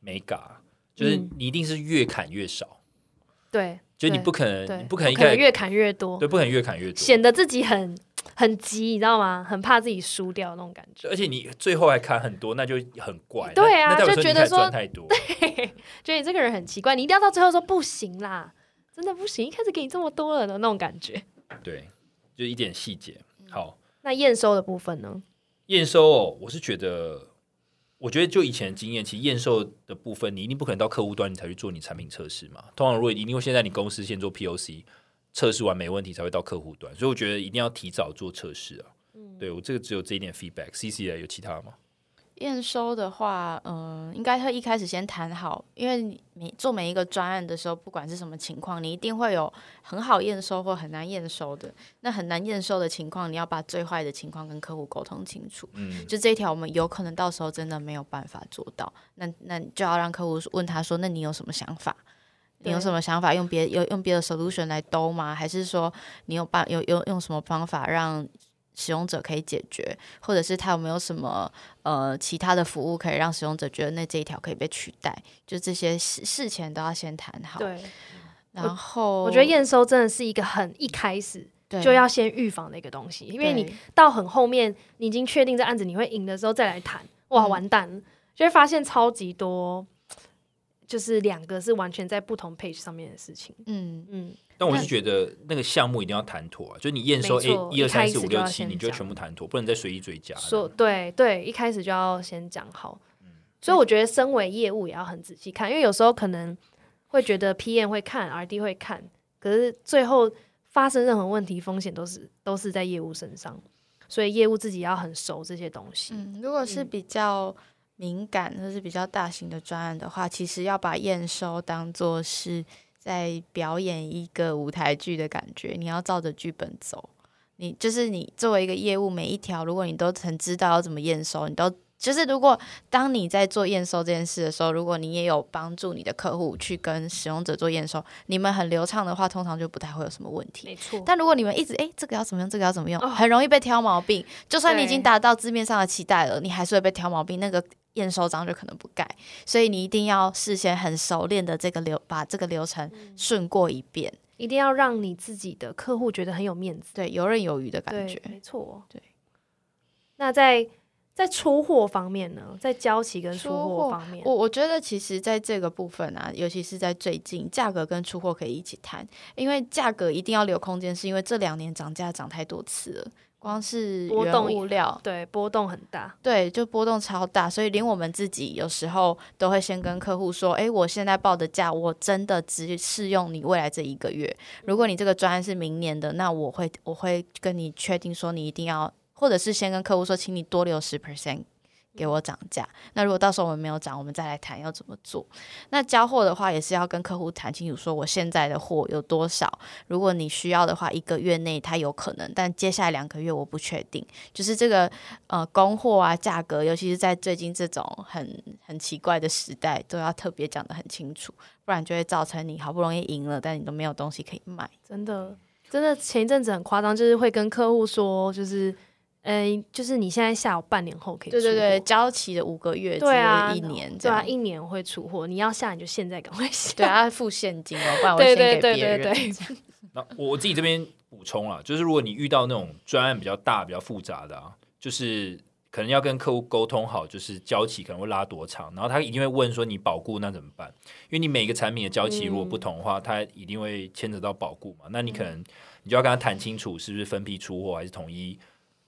S3: 美嘎，就是
S2: 嗯
S3: 你一定是越砍越少，
S2: 对，
S3: 就是你
S2: 对
S3: 不可能，
S2: 对，
S3: 你不可能一
S2: 可能
S3: 开始
S2: 越砍越多，
S3: 对，不可能越砍越多，
S2: 显得自己很很急，你知道吗？很怕自己输掉那种感觉，
S3: 而且你最后还砍很多，那就很怪。
S2: 对
S3: 那
S2: 啊
S3: 那代
S2: 就
S3: 表你
S2: 觉得
S3: 开始
S2: 说
S3: 赚太多，
S2: 觉得你这个人很奇怪，你一定要到最后说不行啦，真的不行，一开始给你这么多了的那种感觉。
S3: 对，就一点
S2: 嗯
S3: 细节。好，
S2: 那验收的部分呢？
S3: 验收哦，我是觉得我觉得就以前的经验，其实验收的部分，你一定不可能到客户端你才去做你产品测试嘛。通常如果一定会先在你公司先做 POC 测试完没问题，才会到客户端。所以我觉得一定要提早做测试啊。
S2: 嗯
S3: 对我这个只有这一点 feedback。C C 有其他吗？
S1: 验收的话，嗯、应该会一开始先谈好，因为你每做每一个专案的时候，不管是什么情况，你一定会有很好验收或很难验收的。那很难验收的情况，你要把最坏的情况跟客户沟通清楚。
S3: 嗯，
S1: 就这一条，我们有可能到时候真的没有办法做到，那那就要让客户问他说：“那你有什么想法？你有
S2: 对
S1: 什么想法？用别有用别的 solution 来兜吗？还是说你有办有有用什么方法让使用者可以解决，或者是他有没有什么呃其他的服务可以让使用者觉得那这一条可以被取代？就这些事事前都要先谈好。
S2: 对，
S1: 然后
S2: 我觉得验收真的是一个很一开始
S1: 对
S2: 就要先预防的一个东西，因为你
S1: 对
S2: 到很后面，你已经确定这案子你会赢的时候再来谈，哇，
S1: 嗯
S2: 完蛋了，就会发现超级多，就是两个是完全在不同 page 上面的事情。
S1: 嗯
S2: 嗯，
S3: 但我是觉得那个项目一定要谈妥啊，就是你验收
S2: 没
S3: A
S2: 错
S3: 一二三四五
S2: 一开始就
S3: 六
S2: 要
S3: 七，
S2: 先
S3: 你就
S2: 讲
S3: 全部谈妥，不能再随意追加的。
S2: 说对对，一开始就要先讲好。
S1: 嗯
S2: 所以我觉得，身为业务也要很仔细看，因为有时候可能会觉得 PM 会看，RD 会看，可是最后发生任何问题，风险都是都是在业务身上，所以业务自己要很熟这些东西。
S1: 嗯，如果是
S2: 嗯
S1: 比较敏感或是比较大型的专案的话，其实要把验收当做是在表演一个舞台剧的感觉，你要照着剧本走。你就是你作为一个业务，每一条如果你都很知道要怎么验收，你都就是如果当你在做验收这件事的时候，如果你也有帮助你的客户去跟使用者做验收，你们很流畅的话，通常就不太会有什么问题。
S2: 没错，
S1: 但如果你们一直哎、诶这个要怎么用，这个要怎么用，
S2: 哦
S1: 很容易被挑毛病。就算你已
S2: 对
S1: 经达到字面上的期待了，你还是会被挑毛病。那个验收章就可能不改，所以你一定要事先很熟练的这个流，把这个流程
S2: 嗯
S1: 顺过一遍，
S2: 一定要让你自己的客户觉得很有面子，
S1: 对，游刃有余的感
S2: 对
S1: 觉。
S2: 没错，
S1: 对。
S2: 那在在出货方面呢，在交期跟出
S1: 出
S2: 货
S1: 货
S2: 方面，
S1: 我我觉得其实在这个部分啊，尤其是在最近，价格跟出货可以一起谈，因为价格一定要留空间，是因为这两年涨价涨太多次了，光是
S2: 波
S1: 原
S2: 动
S1: 物料
S2: 对波动很大，
S1: 对，就波动超大，所以连我们自己有时候都会先跟客户说：“诶，我现在报的价，我真的只适用你未来这一个月。如果你这个专案是明年的，那我会我会跟你确定说，你一定要，或者是先跟客户说，请你多留十 percent 给我涨价。那如果到时候我们没有涨，我们再来谈要怎么做。那交货的话，也是要跟客户谈清楚，说我现在的货有多少。如果你需要的话，一个月内它有可能，但接下来两个月我不确定。就是这个呃供货啊价格，尤其是在最近这种很很奇怪的时代，都要特别讲得很清楚，不然就会造成你好不容易赢了，但你都没有东西可以卖。
S2: 真的真的前一阵子很夸张，就是会跟客户说，就是嗯、就是你现在下午半年后可以
S1: 对对
S2: 出
S1: 对，
S2: 货
S1: 交期的五个月，
S2: 对啊，
S1: 一年这
S2: 对
S1: 样，
S2: 啊，一年会出货，你要下你就现在赶快下，
S1: 对啊，要付现金哦，不然我先
S2: 对对
S1: 给
S2: 对
S1: 别
S2: 对
S1: 人。
S2: 对，
S3: 那我我自己这边补充啊，就是如果你遇到那种专案比较大、比较复杂的啊，就是可能要跟客户沟通好，就是交期可能会拉多长，然后他一定会问说你保固那怎么办？因为你每个产品的交期如果不同的话，它一定会牵扯到保固嘛。那你可能你就要跟他谈清楚，是不是分批出货，还是统一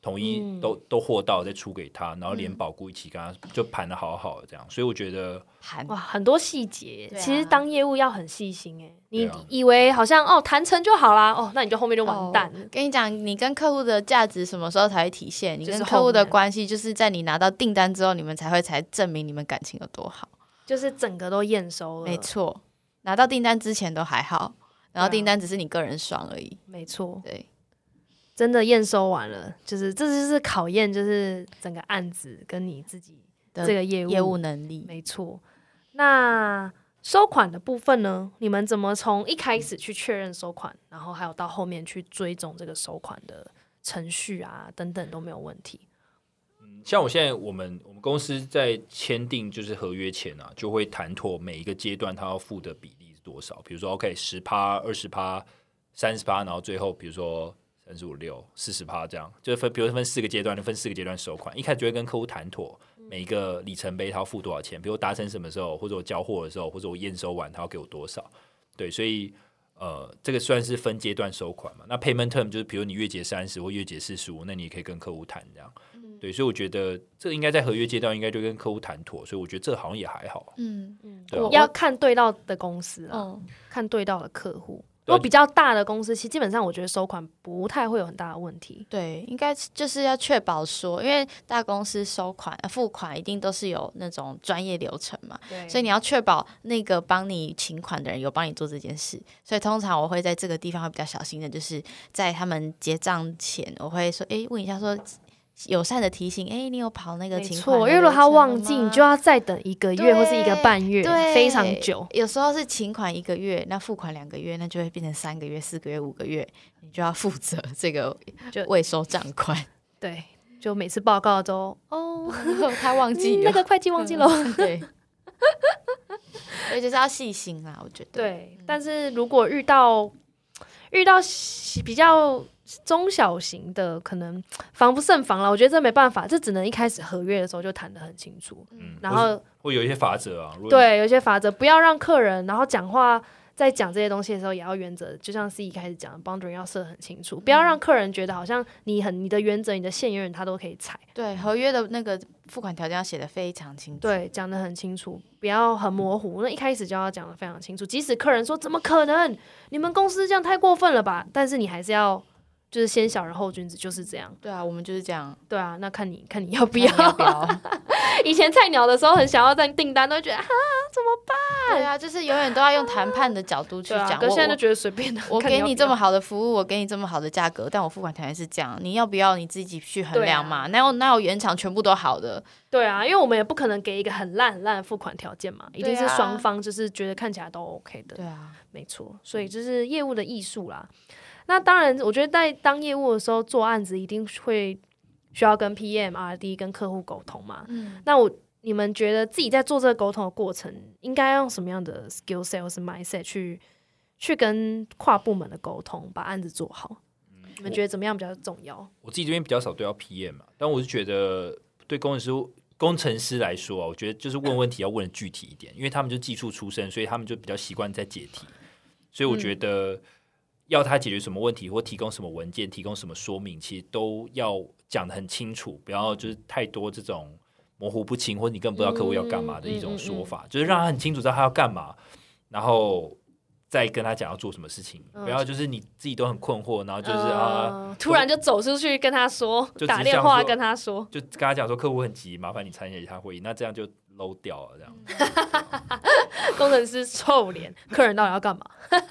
S3: 统一
S2: 嗯
S3: 都、都货到再出给他，然后连
S1: 嗯
S3: 保固一起跟他就盘的好好的这样。所以我觉得。
S1: 盘
S2: 哇，很多细节，
S1: 对啊
S2: 其实当业务要很细心哎、你
S3: 对啊
S2: 以为好像哦谈成就好啦，哦，那你就后面就完蛋了。
S1: 跟你讲，你跟客户的价值什么时候才会体现？你
S2: 就是
S1: 跟
S2: 后
S1: 客户的
S2: 面
S1: 关系，就是在你拿到订单之后，你们才会才证明你们感情有多好。
S2: 就是整个都验收了，
S1: 没，错，拿到订单之前都还好，然后
S2: 对啊
S1: 订单只是你个人爽而已。
S2: 没错，
S1: 对，
S2: 真的验收完了，就是这就是考验，就是整个案子跟你自己
S1: 的
S2: 这个业务
S1: 业务能力。
S2: 嗯没错。那收款的部分呢？你们怎么从一开始去确认收款，然后还有到后面去追踪这个收款的程序啊，等等都没有问题。
S3: 像我现在我们我们公司在签订就是合约前啊，就会谈妥每一个阶段他要付的比例是多少，比如说 OK 十趴、二十趴、三十趴，然后最后比如说三十五六、四十趴这样，就是分，比如说分四个阶段，就分四个阶段收款。一开始就会跟客户谈妥每一个里程碑他要付多少钱，比如达成什么时候，或者我交货的时候，或者我验收完他要给我多少，对，所以。呃，这个算是分阶段收款嘛？那 payment term 就是，比如你月结三十或月结四十五，那你也可以跟客户谈这样。
S2: 嗯
S3: 对，所以我觉得这应该在合约阶段应该就跟客户谈妥，所以我觉得这好像也还好。
S1: 嗯
S2: 嗯
S3: 对啊
S2: 我要看对到的公司啊，
S1: 哦，
S2: 看对到的客户。
S3: 对
S2: 如果比较大的公司，其实基本上我觉得收款不太会有很大的问题。
S1: 对，应该就是要确保说，因为大公司收款、呃付款一定都是有那种专业流程嘛，
S2: 对
S1: 所以你要确保那个帮你请款的人有帮你做这件事。所以通常我会在这个地方会比较小心的，就是在他们结账前，我会说，诶，问一下说。友善的提醒，诶，你有跑那个
S2: 没
S1: 请
S2: 错，
S1: 款
S2: 因
S1: 的流程吗？
S2: 为如果他忘记，你就要再等一个月
S1: 对
S2: 或是一个半月，
S1: 对，
S2: 非常久。。
S1: 有时候是请款一个月，那付款两个月，那就会变成三个月、四个月、五个月，你就要负责这个
S2: 就
S1: 未收账款。
S2: 对，就每次报告都哦，
S1: 他忘记了、
S2: 那个会计忘记了。 嗯
S1: 对，所以就是要细心啦，我觉得。
S2: 对，但是如果遇到遇到喜比较中小型的，可能防不胜防了。我觉得这没办法，这只能一开始合约的时候就谈得很清楚，
S3: 嗯，
S2: 然后
S3: 会有一些法则啊，如果
S2: 对，有一些法则，不要让客人，然后讲话在讲这些东西的时候，也要原则，就像 C 一开始讲的，boundary 要设很清楚，不要
S1: 嗯
S2: 让客人觉得好像你很你的原则、你的线永远他都可以踩。
S1: 对合约的那个付款条件要写的非常清楚。
S2: 对，讲得很清楚，不要很模糊。那一开始就要讲得非常清楚，即使客人说怎么可能，你们公司这样太过分了吧，但是你还是要。就是先小人后君子，就是这样，
S1: 对啊，我们就是这样。
S2: 对啊。那看你看你要不
S1: 不
S2: 要。
S1: 不要。
S2: 以前菜鸟的时候，很想要在订单，都会觉得啊，
S1: 对啊，就是永远都要用谈判的角度去
S2: 对啊。
S1: 讲。
S2: 可
S1: 我
S2: 现在就觉得随便的，
S1: 我我
S2: 看你
S1: 给
S2: 要
S1: 你
S2: 不
S1: 这
S2: 要
S1: 么好的服务，我给你这么好的价格，但我付款条件是这样，你要不要你自己去衡
S2: 对啊
S1: 量嘛？哪有哪有原厂全部都好的？
S2: 对啊，因为我们也不可能给一个很烂很烂的付款条件嘛，一定是
S1: 对啊
S2: 双方就是觉得看起来都 OK 的，
S1: 对啊，
S2: 没错。所以就是业务的艺术啦。那当然，我觉得在当业务的时候做案子，一定会需要跟 PM、RD 跟客户沟通嘛。
S1: 嗯，
S2: 那我你们觉得自己在做这个沟通的过程，应该用什么样的 skill set 或是 mindset 去去跟跨部门的沟通，把案子做好？你们觉得怎么样比较重要？
S3: 我自己这边比较少对到 PM 嘛，但我是觉得对工程师工程师来说啊，我觉得就是问问题要问的具体一点，因为他们就技术出身，所以他们就比较习惯在解题，所以我觉得要他解决什么问题或提供什么文件、提供什么说明，其实都要讲的很清楚，不要就是太多这种模糊不清或你更不知道客户要干嘛的一种说法，就是让他很清楚知道他要干嘛，然后。再跟他讲要做什么事情，
S2: 嗯
S3: 不要就是你自己都很困惑，然后就是啊，
S2: 呃突然就走出去跟他说，
S3: 就只
S2: 打
S3: 是
S2: 电
S3: 想
S2: 话
S3: 说
S2: 跟他说。
S3: 就跟他讲说客户很急，麻烦你参加一下会议，那这样就 low 掉了，这样
S2: 工程师臭 脸，客人到底要干嘛？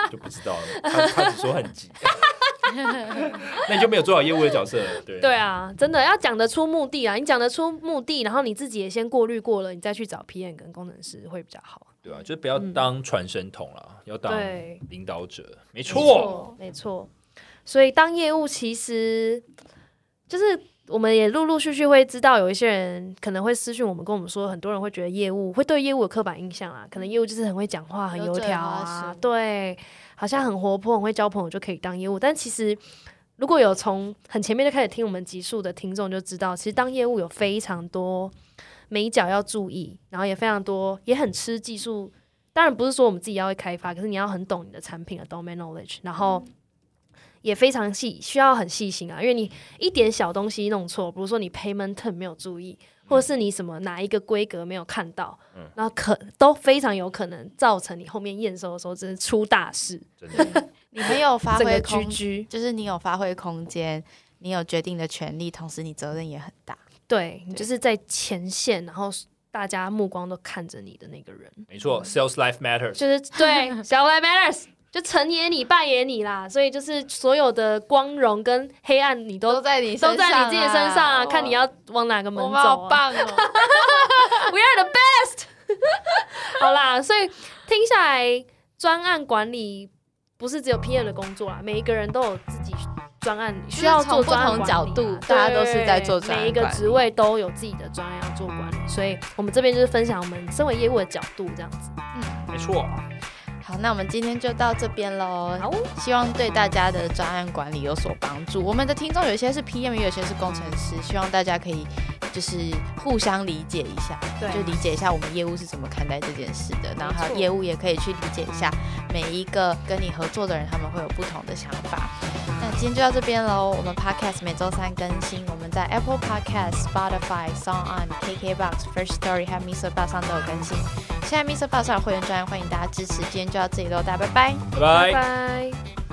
S3: 就不知道了。他他只说很急，那你就没有做好业务的角色了，对
S2: 对，啊，真的要讲得出目的啊！你讲得出目的，然后你自己也先过滤过了，你再去找 PM 跟工程师会比较好。
S3: 对啊，就是不要当传声筒了，要当
S2: 对
S3: 领导者，没
S2: 没
S3: 错。，
S2: 没错。所以当业务其实就是我们也陆陆续续会知道，有一些人可能会私讯我们，跟我们说，很多人会觉得业务会对业务有刻板印象啊，可能业务就是很会讲话、很
S1: 油
S2: 油
S1: 嘴
S2: 条
S1: 滑
S2: 啊，
S1: 舌
S2: 对，好像很活泼、很会交朋友就可以当业务，但其实。如果有从很前面就开始听我们集数的听众就知道，其实当业务有非常多美角要注意，然后也非常多，也很吃技术。当然不是说我们自己要会开发，可是你要很懂你的产品的 domain knowledge，然后也非常细，需要很细心啊，因为你一点小东西弄错，比如说你 payment term 没有注意，或者是你什么哪一个规格没有看到，然后可都非常有可能造成你后面验收的时候真是出大事，
S3: 真的，
S1: 你很有发
S2: 整
S1: 挥
S2: 个
S1: 空
S2: 居居。
S1: 就是你有发挥空间，你有决定的权利，同时你责任也很大。
S2: 对你
S1: 对
S2: 就是在前线，然后大家目光都看着你的那个人，
S3: 没错，sales life matters。
S2: 就是对小白 matters。就 成也你，败也你啦，所以就是所有的光荣跟黑暗，你都
S1: 在你
S2: 都在你自己的身上啊，
S1: 哇
S2: 看你要往哪个门
S1: 我
S2: 走、
S1: 们好
S2: 啊。
S1: 棒哦！
S2: We are the best 。好啦，所以听下来，专案管理不是只有 PM 的工作啊，每一个人都有自己专案需要做专案管理
S1: 就
S2: 啊、
S1: 是从不同角度
S2: 对
S1: 大家都是在做专案管理
S2: 每一个职位都有自己的专案要做管理，所以我们这边就是分享我们身为业务的角度这样子。
S3: 没错，
S1: 好，那我们今天就到这边 喽。
S2: 好，
S1: 希望对大家的
S2: 嗯
S1: 专案管理有所帮助。我们的听众有些是 PM，也有些是工程师，希望大家可以就是互相理解一下，
S2: 对
S1: 就理解一下我们业务是怎么看待这件事的，然后还有
S2: 错
S1: 业务也可以去理解一下每一个跟你合作的人，他们会有不同的想法。
S2: 嗯
S1: 那今天就到这边喽，我们 Podcast 每周三更新，我们在 Apple Podcast、Spotify、Song On、KKBox、First Story 和 Mr. Bus 上都有更新。现在 Mr. Bus 上有会员专案，欢迎大家支持。今天就到这里喽，大家拜拜。
S3: 拜拜。
S2: 拜。